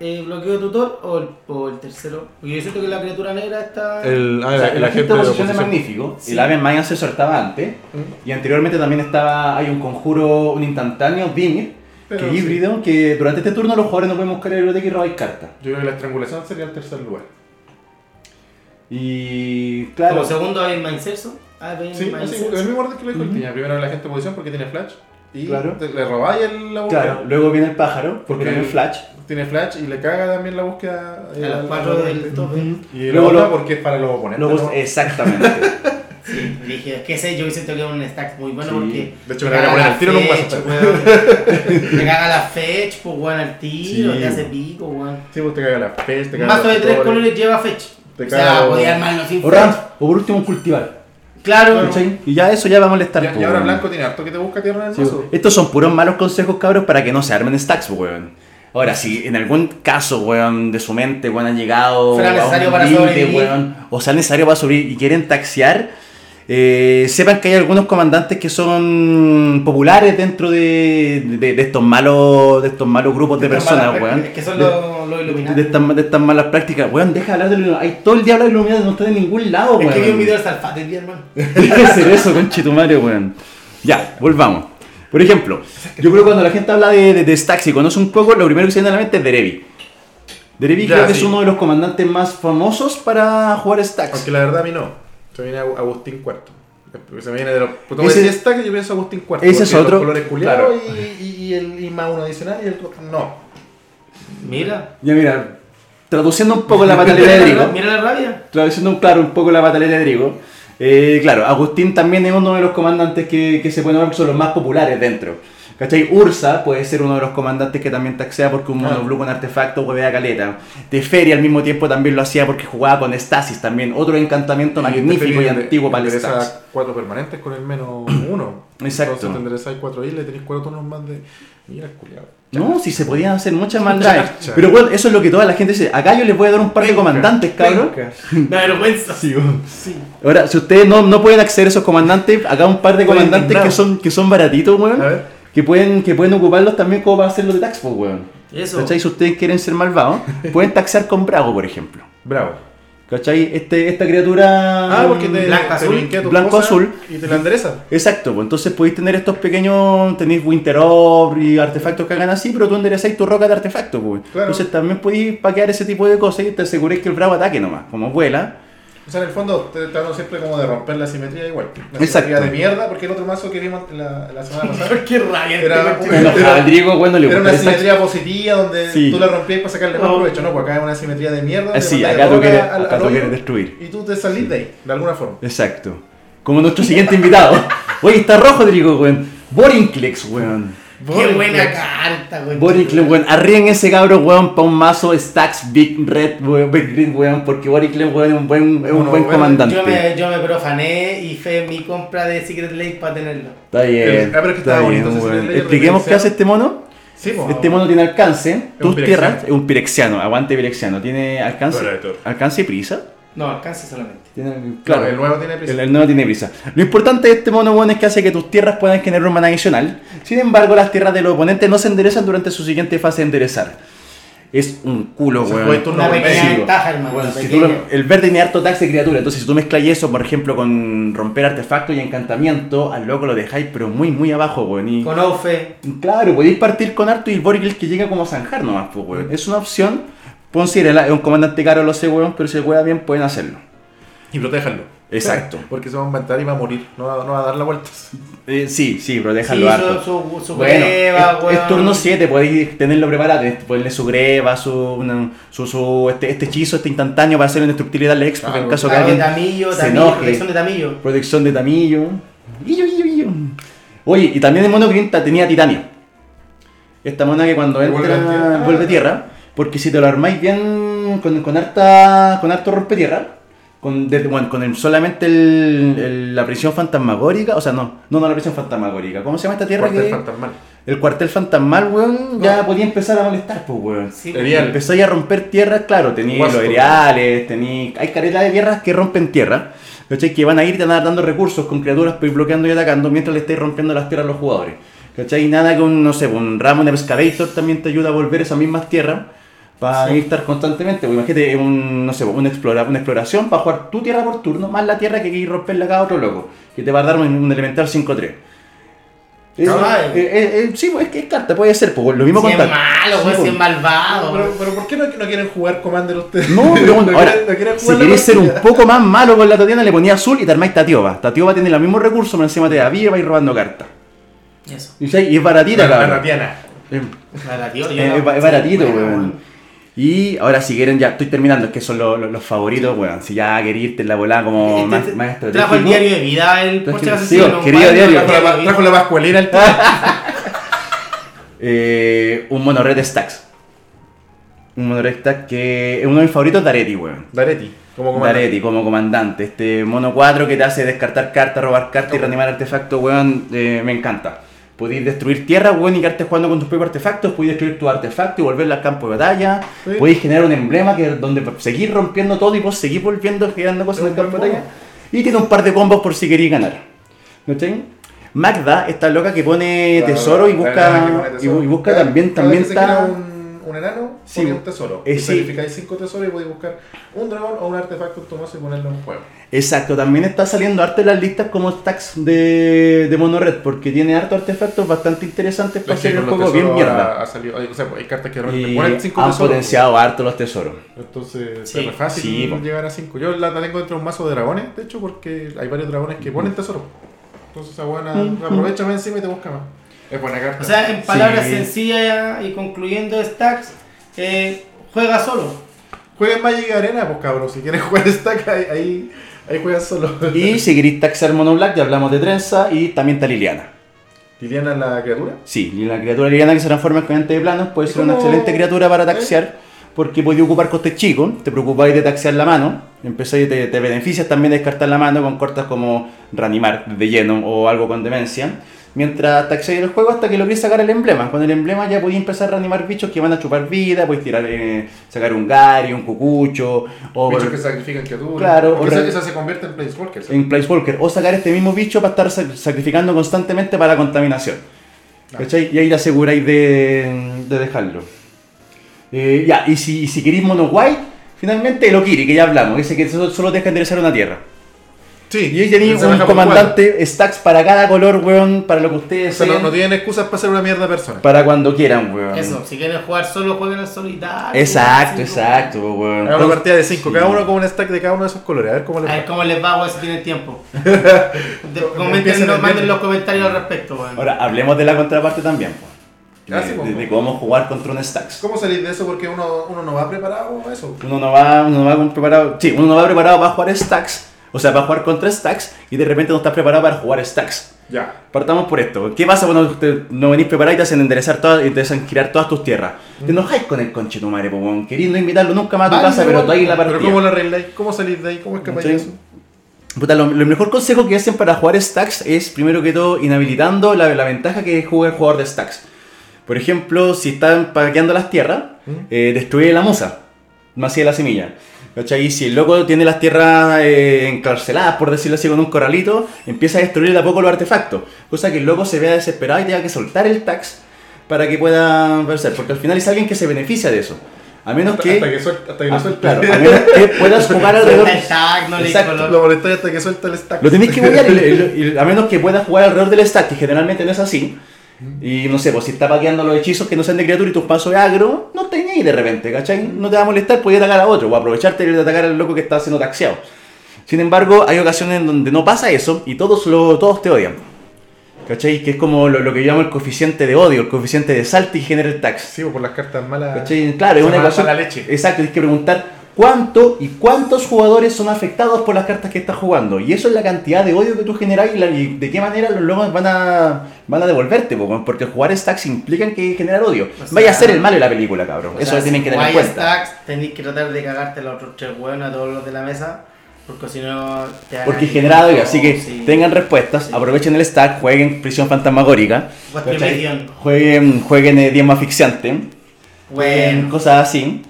S1: eh, bloqueo de tutor o el, o el tercero? Porque yo siento que la criatura negra está.
S2: El,
S3: O sea, el agente de oposición es magnífico,
S1: Sí.
S3: el ave Mayan se sortaba antes,
S2: Mm.
S3: y anteriormente también estaba, hay un conjuro, un instantáneo, Dimir,
S2: Pero
S3: que es
S2: sí.
S3: híbrido, que durante este turno los jugadores no pueden buscar en la biblioteca y robar cartas.
S2: Yo creo que la estrangulación sería el tercer lugar.
S3: Y claro,
S1: Como segundo hay Maincerso. Ah, hay
S2: Sí, así, en el
S1: Maincerso.
S2: mismo orden que lo dijo el
S3: Ujú.
S2: Piña. Primero el agente de oposición porque tiene flash, y
S3: Claro.
S2: te- le robáis el- la búsqueda.
S3: claro, luego viene el pájaro, porque
S2: Porque-
S3: tiene flash,
S2: Tiene flash y le caga también la búsqueda eh,
S1: A
S2: al-
S1: los cuatro
S2: al-
S1: del tope.
S2: Y
S3: Luego
S2: luego
S3: lo-
S2: porque es para los oponentes.
S3: luego,
S2: ¿no? (laughs)
S3: exactamente,
S1: Sí, dije, es que ese yo siento que es un stack muy bueno
S3: Sí.
S1: porque.
S2: De hecho, me la voy a poner al tiro en un mazo. (laughs)
S1: Te caga la fetch, pues weón, al tiro,
S2: Sí,
S1: te hace
S2: weón.
S1: pico, weón.
S2: Sí, pues te caga la peste, te
S1: Un
S2: caga
S1: mazo
S2: los
S1: de tres
S2: colores.
S1: colores lleva fetch.
S2: eh. Te
S1: o
S2: caga
S1: sea,
S2: los-
S1: podía armarlo sin
S3: o
S1: fetch.
S3: ramp, o por último un cultivar,
S1: Claro.
S3: ¿cachai? y ya eso ya va a molestar.
S2: Ya-
S3: po,
S2: Y ahora
S3: pues, weón.
S2: Blanco tiene harto que te busca tierra en el
S3: Sí,
S2: mazo.
S3: Estos son puros malos consejos, cabros, para que no se armen stacks, po, weón. Ahora, si en algún caso, weón, de su mente, weón, han llegado
S1: Será necesario para sobrevivir.
S3: o sea necesario para sobrevivir y quieren taxiar, eh, sepan que hay algunos comandantes que son populares dentro de, de- de estos malos de estos malos grupos de, personas, weón.
S1: Es que son los, los
S3: De,
S1: iluminados.
S3: de estas, de estas malas prácticas, weón, deja de hablar de iluminados. Hay todo el diablo de iluminados, no está de ningún lado, weón.
S1: Es que vi un video de Salfate el día, hermano.
S3: Deja de hacer eso, conchetumare, weón. Ya, volvamos. Por ejemplo, yo creo que cuando la gente habla de, de, de Stax y conoce un poco, lo primero que se viene a la mente es Derevi. Derevi
S2: Ya,
S3: creo que
S2: sí.
S3: es uno de los comandantes más famosos para jugar Stax.
S2: Aunque la verdad a mí no. Se viene Agu- Agustín Cuarto. Se me viene de los. Pues,
S3: Ese-
S2: ese está que yo pienso Agustín Cuarto.
S3: ese es
S2: porque
S3: otro,
S2: Los colores
S3: claro.
S2: culiados y, y, y el y más uno adicional y el otro. No.
S1: Mira.
S3: Ya mira, traduciendo un poco la batalera de
S1: mira,
S3: Drigo,
S1: la, mira la
S3: (laughs)
S1: rabia.
S3: traduciendo un- claro un poco la batalera de Drigo, eh, claro, Agustín también es uno de los comandantes que, que se pueden hablar que son los más populares dentro. ¿Cachai? Ursa puede ser uno de los comandantes que también taxea porque un
S2: Ah.
S3: mono blue con artefacto huevea caleta. Teferi al mismo tiempo también lo hacía porque jugaba con Stasis también, otro encantamiento
S2: este
S3: magnífico y antiguo para el Stasis.
S2: esas cuatro permanentes con el menos (clears throat) uno.
S3: Exacto.
S2: Entonces te enderezáis cuatro islas y tenéis cuatro turnos más de. Mira, culiado.
S3: No, si se podían hacer muchas maldades.
S2: Mucha.
S3: Pero bueno, eso es lo que toda la gente dice. Acá yo les voy a dar un par de comandantes, cabrón.
S1: La vergüenza.
S3: Sí, weón.
S1: Sí.
S3: Ahora, si ustedes no, no pueden acceder a esos comandantes, acá un par de
S2: Estoy
S3: comandantes
S2: indignado.
S3: que son, que son baratitos,
S2: A
S3: weón.
S2: ver.
S3: Que pueden, que pueden ocuparlos también como para hacer los de Taxpo, weón.
S1: Eso.
S3: ¿Cachai? Si ustedes quieren ser malvados, pueden taxar con Bravo, por ejemplo.
S2: Bravo.
S3: ¿Cachai? Este, esta criatura.
S2: Ah, porque te.
S1: Blanco
S2: te
S1: azul.
S2: linkea tus
S3: Blanco
S2: cosas
S3: azul.
S2: Y te la endereza.
S3: Exacto, pues entonces podéis tener estos pequeños, tenéis Winter Orb y artefactos que hagan así, pero tú enderezáis tu roca de artefactos, pues.
S2: Claro.
S3: Entonces también podéis paquear ese tipo de cosas y te aseguréis que el Bravo ataque nomás, como vuela.
S2: O sea, en el fondo te trataron siempre como de romper la simetría igual. La
S3: Exacto.
S2: simetría de mierda, porque el otro mazo que vimos la, la
S3: (laughs)
S2: semana pasada
S1: (laughs) Qué rabia.
S2: Era-
S1: este
S2: Bueno,
S3: Enojado,
S2: era-
S3: el Drigo, weón, no le
S2: era
S3: gusta
S2: una
S3: el Tax.
S2: simetría positiva donde
S3: Sí.
S2: tú la rompías para sacarle más
S1: Oh.
S2: provecho, ¿no? Pues acá es una simetría de mierda.
S3: Ah,
S2: donde
S3: sí,
S2: mandáis
S3: acá
S2: la
S3: tú quieres,
S2: boca al-
S3: acá
S2: al
S3: tú
S2: hoyo
S3: quieres destruir.
S2: Y tú te salís de ahí, de alguna forma.
S3: Exacto. Como nuestro siguiente invitado. Oye, está rojo, Drigo, weón. Borinclex, weón.
S1: Qué buena carta, güey.
S3: Borinclex, weón. Arríen ese cabro, weón, pa' un mazo Stacks Big Red, weón, Big Green, weón, porque Borinclex, weón, es un buen, es un
S2: Bueno,
S3: buen
S2: bueno,
S3: comandante.
S1: Yo me, yo me profané y fue mi compra de Secret Lake para tenerlo.
S3: Está bien.
S2: El- ah, pero es que
S3: está
S2: estaba
S3: bien,
S2: bonito ese
S3: weón.
S2: Slayer de
S3: Expliquemos qué
S2: Pirexiano.
S3: hace este mono.
S2: Sí, pues.
S3: Este mono tiene alcance,
S2: un
S3: tus
S2: pirexiano.
S3: tierras, es un pirexiano, aguante pirexiano, tiene alcance,
S2: Predator.
S3: alcance y prisa.
S1: No, alcance solamente.
S3: Tiene-
S2: Claro, el nuevo tiene prisa.
S3: El, el nuevo tiene prisa. Lo importante de este mono bueno es que hace que tus tierras puedan generar un mana adicional. Sin embargo, las tierras del oponente no se enderezan durante su siguiente fase de enderezar. Es un culo,
S2: Se
S3: weón.
S2: juega el turno
S1: Una
S2: por
S1: pequeña
S2: medio.
S1: ventaja, hermano.
S3: Bueno, si tú
S1: pequeña.
S3: lo- el verde tiene harto tax de criatura, entonces si tú mezclas eso, por ejemplo, con romper artefacto y encantamiento, al loco lo dejáis, pero muy, muy abajo, weón. y-
S1: Con Ofe.
S3: Claro, podéis partir con harto y el Borgel que llega como a zanjar nomás, pues, weón. Es una opción. Considera, es un comandante caro, lo sé, weón, pero si juega bien, pueden hacerlo.
S2: Y protéjanlo.
S3: Exacto.
S2: Porque se va a inventar y va a morir. No va, no va a dar la vuelta.
S3: Eh, sí, sí, pero
S1: Sí,
S3: déjalo
S1: su,
S3: harto.
S1: su, su
S3: Bueno,
S1: prueba,
S3: es,
S1: weón.
S3: es turno 7, podéis tenerlo preparado, tenéis que ponerle su greva, su, una- su, su- este, este hechizo, este instantáneo para hacer una indestructibilidad al ex, porque en
S2: Claro,
S3: caso que
S1: Claro,
S3: alguien
S1: tamillo,
S3: se
S1: tamillo,
S3: enoje.
S1: protección de tamillo.
S3: Protección de Tamillo. Illo, illo, illo. Oye, y también el mono Green ta- tenía titanio. Esta mona que cuando entra
S2: Vuelve
S3: vuelve
S2: a tierra.
S3: tierra, porque si te lo armáis bien con, con harta con harto rompe tierra, con, de- bueno, con el- solamente el- el- la prisión fantasmagórica, o sea, no, no, no la prisión fantasmagórica. ¿Cómo se llama esta tierra
S2: Cuartel
S3: que
S2: fantasmal.
S3: el cuartel fantasmal, weón, ya podía empezar a molestar, pues, weón.
S1: Sí,
S2: Sería el-
S3: Empezáis a romper tierras, claro, tení
S2: Guasto.
S3: los cereales, tení... Hay caretas de tierras que rompen tierra, ¿cachai? Que van a ir y te van a dar dando recursos con criaturas pues, bloqueando y atacando mientras le estáis rompiendo las tierras a los jugadores. ¿Cachai? Y nada que un, no sé, pues, un ramo de excavator también te ayuda a volver esas mismas tierras para ir estar constantemente. Pues, imagínate, un, no sé, pues, una, explora, una exploración para jugar tu tierra por turno, más la tierra que hay que romperle a cada otro loco, que te va a dar un, un elemental 5-3. Es-
S1: Cabal.
S3: eh, eh, eh, sí, pues, es que es carta, puede ser, pues, lo mismo
S1: Si
S3: con
S1: es
S3: carta.
S1: malo, weón,
S3: Sí, pues.
S1: si es malvado.
S2: Ah, Pero, pero ¿por qué no, no quieren jugar Commander ustedes? (laughs)
S3: No, pero
S2: quieren-
S3: ahora,
S2: no quieren
S3: si
S2: jugar la
S3: querés ser un
S2: partida.
S3: poco más malo con la Tatiana, le ponía azul y te armáis Tatioba. Tatioba tiene los mismos recursos, pero encima te da vida y vais robando cartas.
S1: Eso,
S3: Y sí, y es baratita,
S2: La- la
S3: cabrón.
S2: Ratiana.
S3: Eh,
S1: baratito. yo-
S3: Es, Eh, ba- es baratito,
S1: Bueno,
S3: weón. Y ahora si quieren, ya estoy terminando, es que son los, los- los favoritos, weón. Si ya queréis irte en la volada como
S1: Este-
S3: más,
S1: este-
S3: más
S1: Trajo el
S3: estratégico.
S1: diario de vida el
S3: Trajo-
S1: Porsche
S3: sí,
S1: Asesino,
S3: querido
S1: weón,
S3: diario.
S1: trajo
S3: (laughs)
S2: Trajo
S1: el
S2: la,
S1: diario
S2: trajo
S1: de
S2: la vascuelera
S3: Ah,
S2: el tío.
S3: Eh, un mono red stacks. Un mono red stack que es uno de mis favoritos, Dareti, weón.
S2: Daretti. Como comandante.
S3: Daretti como comandante, este mono 4 que te hace descartar cartas, robar cartas y reanimar artefactos, weón, eh, me encanta. Podéis destruir tierra, weón, y quedarte jugando con tus propios artefactos, podéis destruir tus artefactos y volverlo al campo de batalla,
S2: Sí.
S3: podéis generar un emblema que donde seguir rompiendo todo y vos seguís volviendo, generando cosas en el
S2: Es un
S3: campo de
S2: buen
S3: batalla. Y tiene un par de combos por si queréis ganar. ¿No cachai? Magda, esta loca que pone
S2: Claro,
S3: tesoro y
S2: la
S3: busca,
S2: enana que pone
S3: y,
S2: tesoro.
S3: bu- y busca
S2: Cada-
S3: también,
S2: cada
S3: también
S2: vez que se
S3: está...
S2: crea un, un enano,
S3: Sí,
S2: pone un tesoro.
S3: eh,
S2: y
S3: sí.
S2: sacrificáis cinco tesoros y podéis buscar un dragón o un artefacto en tu mazo y ponerlo en juego.
S3: Exacto, también está saliendo harto en las listas como stacks de, de Mono Red, porque tiene harto artefactos bastante interesantes para
S2: Es que
S3: hacer el
S2: con los
S3: juego bien
S2: tesoros
S3: mierda.
S2: Ha, ha salido, hay, o sea, hay cartas que realmente
S3: Y
S2: ponen cinco
S3: han
S2: tesoros. pues.
S3: potenciado harto
S2: (laughs)
S3: los tesoros.
S2: Entonces
S1: Sí.
S2: es re fácil
S3: Sí, pues. po.
S2: llegar a 5. Yo la, la tengo dentro de un mazo de dragones, de hecho, porque hay varios dragones que ponen tesoro. Entonces esa buena aprovecha más encima y te busca más. Es buena carta.
S1: O sea, en palabras
S3: Sí.
S1: sencillas y concluyendo Stacks, eh, juega solo.
S2: Jueguen Magic Arena, pues cabrón, si quieres jugar (laughs) stack, ahí, ahí, ahí juegas solo.
S3: Y si queréis taxar Mono Black, ya hablamos de trenza y también está Liliana.
S2: Liliana es la criatura.
S3: Sí, y la criatura Liliana que se transforma en cliente de planos puede
S2: ¿Y
S3: ser una
S2: cómo-
S3: excelente criatura para
S2: eh?
S3: taxear, porque podéis ocupar costes chicos, te preocupáis de taxear la mano, empezáis te, te beneficias también de descartar la mano con cortas como reanimar de lleno o algo con demencia. Mientras taxeáis el juego hasta que logréis sacar el emblema. Con el emblema ya podéis empezar a reanimar bichos que van a chupar vida, podéis tirar, eh, sacar un gary, un cucucho, o
S2: Bichos que sacrifican criaturas.
S3: Claro,
S2: Porque
S3: o
S2: esa,
S3: re-
S2: esa se convierte en Planeswalkers.
S3: en Placewalker o sacar este mismo bicho para estar sac- sacrificando constantemente para la contaminación. ¿Cachai? Y ahí le aseguráis de, de dejarlo. Eh, ya, y si, y si queréis mono white, finalmente el Okiri, que ya hablamos, ese que solo, solo deja enderezar una tierra.
S2: Sí,
S3: Y ahí tenéis un comandante, stacks para cada color, weón, para lo que ustedes
S2: O sea, no,
S3: sean,
S2: no tienen excusas para ser una mierda persona.
S3: para cuando quieran, weón.
S1: Eso, si quieren jugar solo, jueguen al solitario.
S3: Exacto,
S1: Sí,
S3: exacto, weón.
S2: Hagan una partida de 5,
S3: pues, Sí.
S2: cada uno con un stack de cada uno de esos colores. A ver cómo
S1: weón.
S2: les
S1: A ver
S2: va.
S1: cómo les va, weón, si tienen
S3: (laughs)
S1: tiempo. De-
S2: No,
S1: comenten,
S2: empiecen
S1: no-
S2: el
S1: manden
S2: viernes.
S1: los comentarios al respecto, weón.
S3: Ahora, hablemos de la contraparte también, po.
S2: Ah,
S3: de,
S2: sí, po.
S3: de- de cómo jugar contra un stacks.
S2: ¿Cómo salir de eso? Porque uno, uno no va preparado a eso.
S3: Uno no va, uno no va con preparado. Sí, uno no va preparado para jugar stacks. O sea, para jugar contra stacks y de repente no estás preparado para jugar stacks.
S2: Ya.
S3: Partamos por esto. ¿Qué pasa cuando te- no venís preparado y te hacen enderezar todas y te hacen girar todas tus tierras? Te enojáis con el conche tu madre, po, weón. Querís no invitarlo nunca más a Ah, tu
S2: Mm. Vale,
S3: casa, pero
S2: bueno,
S3: tú ahí en la partida.
S2: Pero ¿cómo lo arregláis? ¿Cómo salís de ahí? ¿Cómo escapáis de
S3: Sí.
S2: eso?
S3: Puta, lo, lo mejor consejo que hacen para jugar stacks es primero que todo inhabilitando la, la ventaja que juega el jugador de stacks. Por ejemplo, si están paqueando las tierras,
S2: ¿Mm?
S3: eh, destruye la musa, más allá de la semilla. ¿Cachai? Y si el loco tiene las tierras eh, encarceladas, por decirlo así, con un corralito, empieza a destruir de a poco los artefactos. Cosa que el loco se vea desesperado y tenga que soltar el tax para que pueda verse. Porque al final es alguien que se beneficia de eso. A menos
S2: Hasta,
S3: que,
S2: hasta que suelta, hasta que lo
S3: ah,
S2: suelta.
S3: claro, a menos que
S2: (laughs)
S3: puedas jugar alrededor.
S1: Suelta el tag, no le
S3: Exacto,
S1: color.
S2: Lo molestáis hasta que suelta el stack.
S3: Lo tenéis que apoyar, y- y- y- a menos que puedas jugar alrededor del stack, que generalmente no es así. Y no sé, pues si está paqueando los hechizos que no sean de criatura y tus pasos de agro, no te ahí de repente, ¿cachai? No te va a molestar, puedes atacar a otro o aprovecharte de atacar al loco que está siendo taxeado. Sin embargo, hay ocasiones en donde no pasa eso y todos, lo, todos te odian. ¿Cachai? Que es como lo, lo que yo llamo el coeficiente de odio, el coeficiente de salty general tax.
S2: Sí, pues, por las cartas malas.
S3: ¿Cachai? Claro, es
S2: Se
S3: una
S2: llama
S3: ecuación.
S2: mala leche.
S3: Exacto, tienes que preguntar cuánto y cuántos jugadores son afectados por las cartas que estás jugando. Y eso es la cantidad de odio que tú generas y, la- y de qué manera los lobos van a, van a devolverte, po, weón, porque jugar stacks implica que generar odio.
S1: O sea,
S3: Vaya a ser el malo de la película, cabrón.
S1: O
S3: eso
S1: sea,
S3: lo tienen que
S1: si
S3: tener en
S1: jugáis
S3: cuenta.
S1: Stacks, tenéis que tratar de cagarte a los otros tres hueones, a todos los de la mesa, porque si no te van a-
S3: Porque es generado odio, así que
S1: Sí.
S3: tengan respuestas,
S1: Sí.
S3: aprovechen el stack, jueguen Prisión Fantasmagórica,
S1: Vuestra
S3: ¿cachai?
S1: medición.
S3: jueguen, jueguen eh, Diezmo Asfixiante,
S1: Bueno,
S3: cosas así.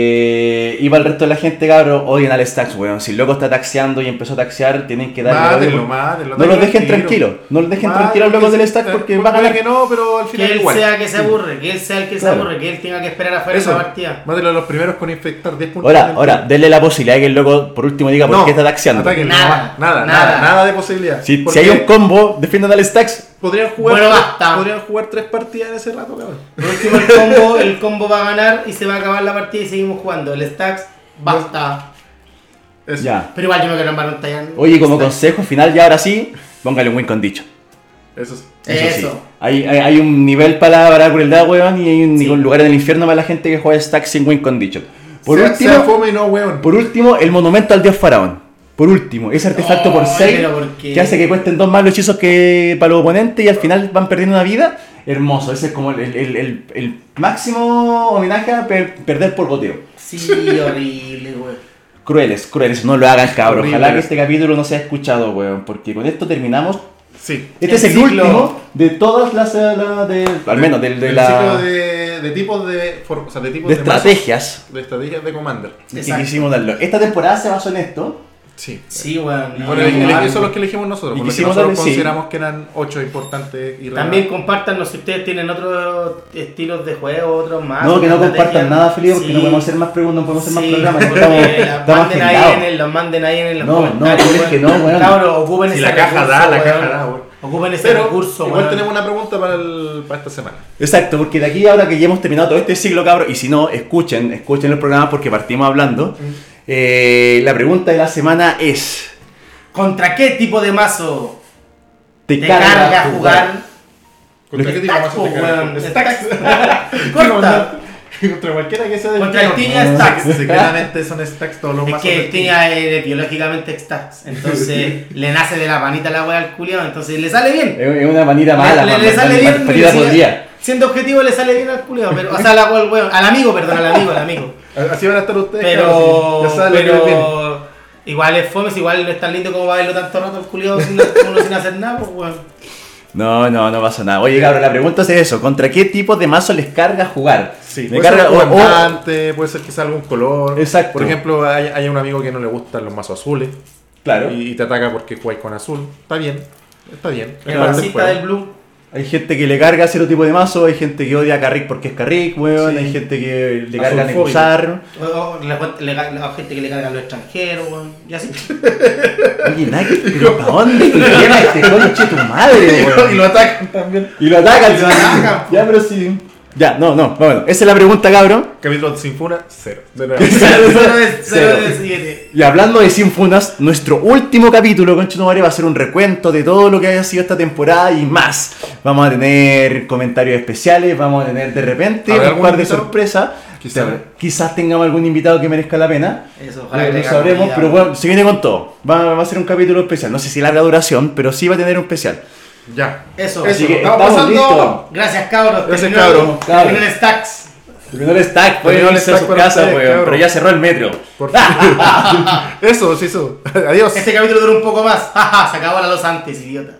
S3: Eh, y para el resto de la gente, cabrón, odien al Stacks, weón. Si el loco está taxeando y empezó a taxear, tienen que darle.
S2: Mátenlo,
S3: odio.
S2: mátenlo,
S3: no los
S2: déjenlo
S3: dejen tranquilos. No los dejen tranquilos luego del stack porque va
S2: eh,
S3: a
S2: Puede
S3: ganar.
S2: que no, pero al
S1: que
S2: final
S1: él
S2: igual.
S1: sea que se aburre, que él sea el que
S3: Claro.
S1: se aburre, que él tenga que esperar afuera de
S2: Eso,
S1: la partida.
S2: mátelo a los primeros con infectar 10 puntos.
S3: Ahora, ahora, denle la posibilidad de que el loco por último diga por qué está taxeando.
S2: ataquen,
S1: Nada,
S2: no, nada, nada,
S1: nada.
S2: nada, de posibilidad.
S3: Si, si
S2: Porque
S3: hay un combo, defiendan al Stacks.
S2: podrían jugar,
S1: Bueno, basta.
S2: podrían jugar tres partidas en ese rato, cabrón.
S1: Por último, el combo, el combo va a ganar y se va a acabar la partida y seguimos jugando. El Stacks, basta.
S2: Eso.
S3: Ya.
S1: Pero igual yo me quiero armar un tallán.
S3: Oye, como
S1: Stacks.
S3: consejo final, ya ahora sí, póngale un win con dicho.
S2: Eso es.
S3: Eso. sí.
S1: Eso.
S3: Hay, hay, hay un nivel para, para la crueldad, weón, y hay un
S1: Sí.
S3: lugar en el infierno para la gente que juega Stacks sin win condition. Por
S2: Sea-
S3: último,
S2: sea fome y no, weón.
S3: Por último, el monumento al dios faraón. Por último, ese artefacto por
S1: Ay,
S3: 6
S1: Oh, pero ¿por qué?
S3: que hace que cuesten dos más los hechizos que para los oponentes y al final van perdiendo una vida. Hermoso, ese es como el, el- el- el- el máximo homenaje a per- perder por goteo.
S1: Sí, horrible, güey.
S3: Crueles, crueles, no lo hagan, cabrón. Ojalá
S2: Horrible.
S3: que este capítulo no sea escuchado, weón, porque con esto terminamos.
S2: Sí.
S3: Este
S1: El
S3: es el
S1: ciclo.
S3: último de todas las. eh, la- de- al menos del- de,
S2: Del ciclo
S3: la, de,
S2: de, de tipos de. for- o sea, de tipos mazos,
S3: estrategias
S2: de estrategias de Commander.
S3: que
S1: Exacto.
S3: quisimos darle. Esta temporada se basó en esto.
S2: Sí.
S1: Sí, güey. no,
S2: Bueno, el-
S1: no,
S2: el-
S1: no.
S2: esos son los que elegimos nosotros.
S3: Y
S2: Por lo que
S3: quisimos
S2: nosotros
S3: darle, sí.
S2: consideramos que eran 8 importantes y
S1: También compártanos si ustedes tienen otros estilos de juego, otros más.
S3: No, que no
S1: otras
S3: compartan
S1: estrategias.
S3: nada, Felipe, porque
S1: Ah, Sí,
S3: no podemos hacer más preguntas, no podemos hacer
S1: sí,
S3: más programas.
S1: porque
S3: Estamos,
S1: las
S3: estamos
S1: manden ahí
S3: agendados.
S1: en el- los manden ahí en el- los
S3: No, no,
S1: comentarios.
S3: dile que no, weón.
S1: Cabros, ocupen
S2: Si
S1: ese
S2: la caja
S1: recurso,
S2: da, la
S1: weón.
S2: caja da, weón.
S1: Ocupen ese
S2: Pero
S1: recurso,
S2: igual
S1: weón.
S2: tenemos una pregunta para, el- para esta semana.
S3: Exacto, porque de aquí ahora que ya hemos terminado todo este siglo, cabrón, y si no, escuchen, escuchen el programa porque partimos hablando. Eh, la pregunta de la semana es:
S1: ¿Contra qué tipo de mazo
S3: ¿Te,
S1: te carga jugar?
S2: ¿Contra qué tipo de mazo te
S1: Stacks,
S2: cargas?
S1: weón,
S2: Stacks.
S1: Corta.
S2: Contra cualquiera que sea del
S1: Contra el
S2: infierno.
S1: Tinia Stacks.
S2: Se- Secretamente son Stacks todos los
S1: Es
S2: mazos.
S1: que
S2: del
S1: el Tinia es biológicamente stacks,
S2: (laughs)
S1: entonces le nace de la panita la weá al culiao, entonces le sale bien.
S3: Es es una manera mala,
S1: le,
S3: man,
S1: le
S3: man,
S1: sale
S3: man,
S1: bien.
S3: man,
S1: le
S3: partida por
S1: sigue-
S3: día.
S1: Siendo objetivo le sale bien al culiao, pero. O sea, al, al weón- al amigo, perdón, al amigo, al amigo.
S2: (laughs) Tinia. Así van a estar ustedes.
S1: Pero.
S2: cabros, sí. Ya saben lo que les viene.
S1: pero igual es fomes, igual no es tan lindo como bailarlo tanto rato el culiao sin, uno sin hacer nada, pues weón.
S3: No, no, no pasa nada. Oye, cabrón, la pregunta es eso: ¿contra qué tipo de mazo les carga jugar?
S2: Sí,
S3: ¿Le
S2: puede ser
S3: carga
S2: un
S3: o- o-
S2: comandante, puede ser que salga un color.
S3: Exacto.
S2: Por ejemplo, hay, hay un amigo que no le gustan los mazos azules
S3: Claro.
S2: y, y te ataca porque juegas con azul. Está bien, está bien.
S1: El
S2: Parte
S1: marxista
S2: juego.
S1: del blue.
S3: Hay gente que le carga cierto tipo de mazo, hay gente que odia a Carrick porque es Carrick, weón,
S2: Sí.
S3: hay gente que le carga a
S2: Azulfóbico.
S3: Necusar.
S1: O, o le, le- le- a gente que le cargan los extranjeros, weón. Y así.
S3: Oye, Nike, pero ¿para dónde te lleva este conche tu madre,
S2: (laughs)
S3: weón?
S2: Y lo atacan también.
S3: Y lo atacan,
S1: Y lo atacan,
S3: Ya, pero sí. Ya, no, no, no, bueno, esa es la pregunta, cabrón.
S2: Capítulo sin funa, cero. De nuevo.
S1: Cero de- cero de
S3: Cero.
S1: siete.
S3: Y hablando de Sin Funas, nuestro último capítulo con Chetumare va a ser un recuento de todo lo que haya sido esta temporada y más. Vamos a tener comentarios especiales, vamos a tener de repente
S2: ¿Habrá
S3: un
S2: algún
S3: par de
S2: invitado?
S3: sorpresas.
S2: Quizá.
S3: Quizás tengamos algún invitado que merezca la pena.
S1: Eso, ojalá
S3: Lo
S1: que tenga
S3: sabremos,
S1: comida,
S3: pero
S1: weón.
S3: bueno, se viene con todo. Va, va a ser un capítulo especial. No sé si larga duración, pero sí va a tener un especial.
S2: Ya.
S1: Eso.
S2: Eso,
S3: Así que
S2: estamos
S3: estamos
S2: pasando.
S3: listos.
S1: Gracias, cabros.
S2: Gracias,
S1: Terminó-
S2: cabros.
S3: Cabros.
S1: terminó el stacks.
S3: Terminó el stack, puede
S2: Terminó el
S3: irse a
S2: stack
S3: su
S2: para
S3: casa,
S2: ustedes,
S3: weón,
S2: cabrón.
S3: pero ya cerró el metro.
S2: Por favor. (laughs) eso, (laughs) sí, eso.
S1: (laughs)
S2: Adiós.
S1: Este capítulo duró un poco más. Jaja, se acabó la luz antes, idiota.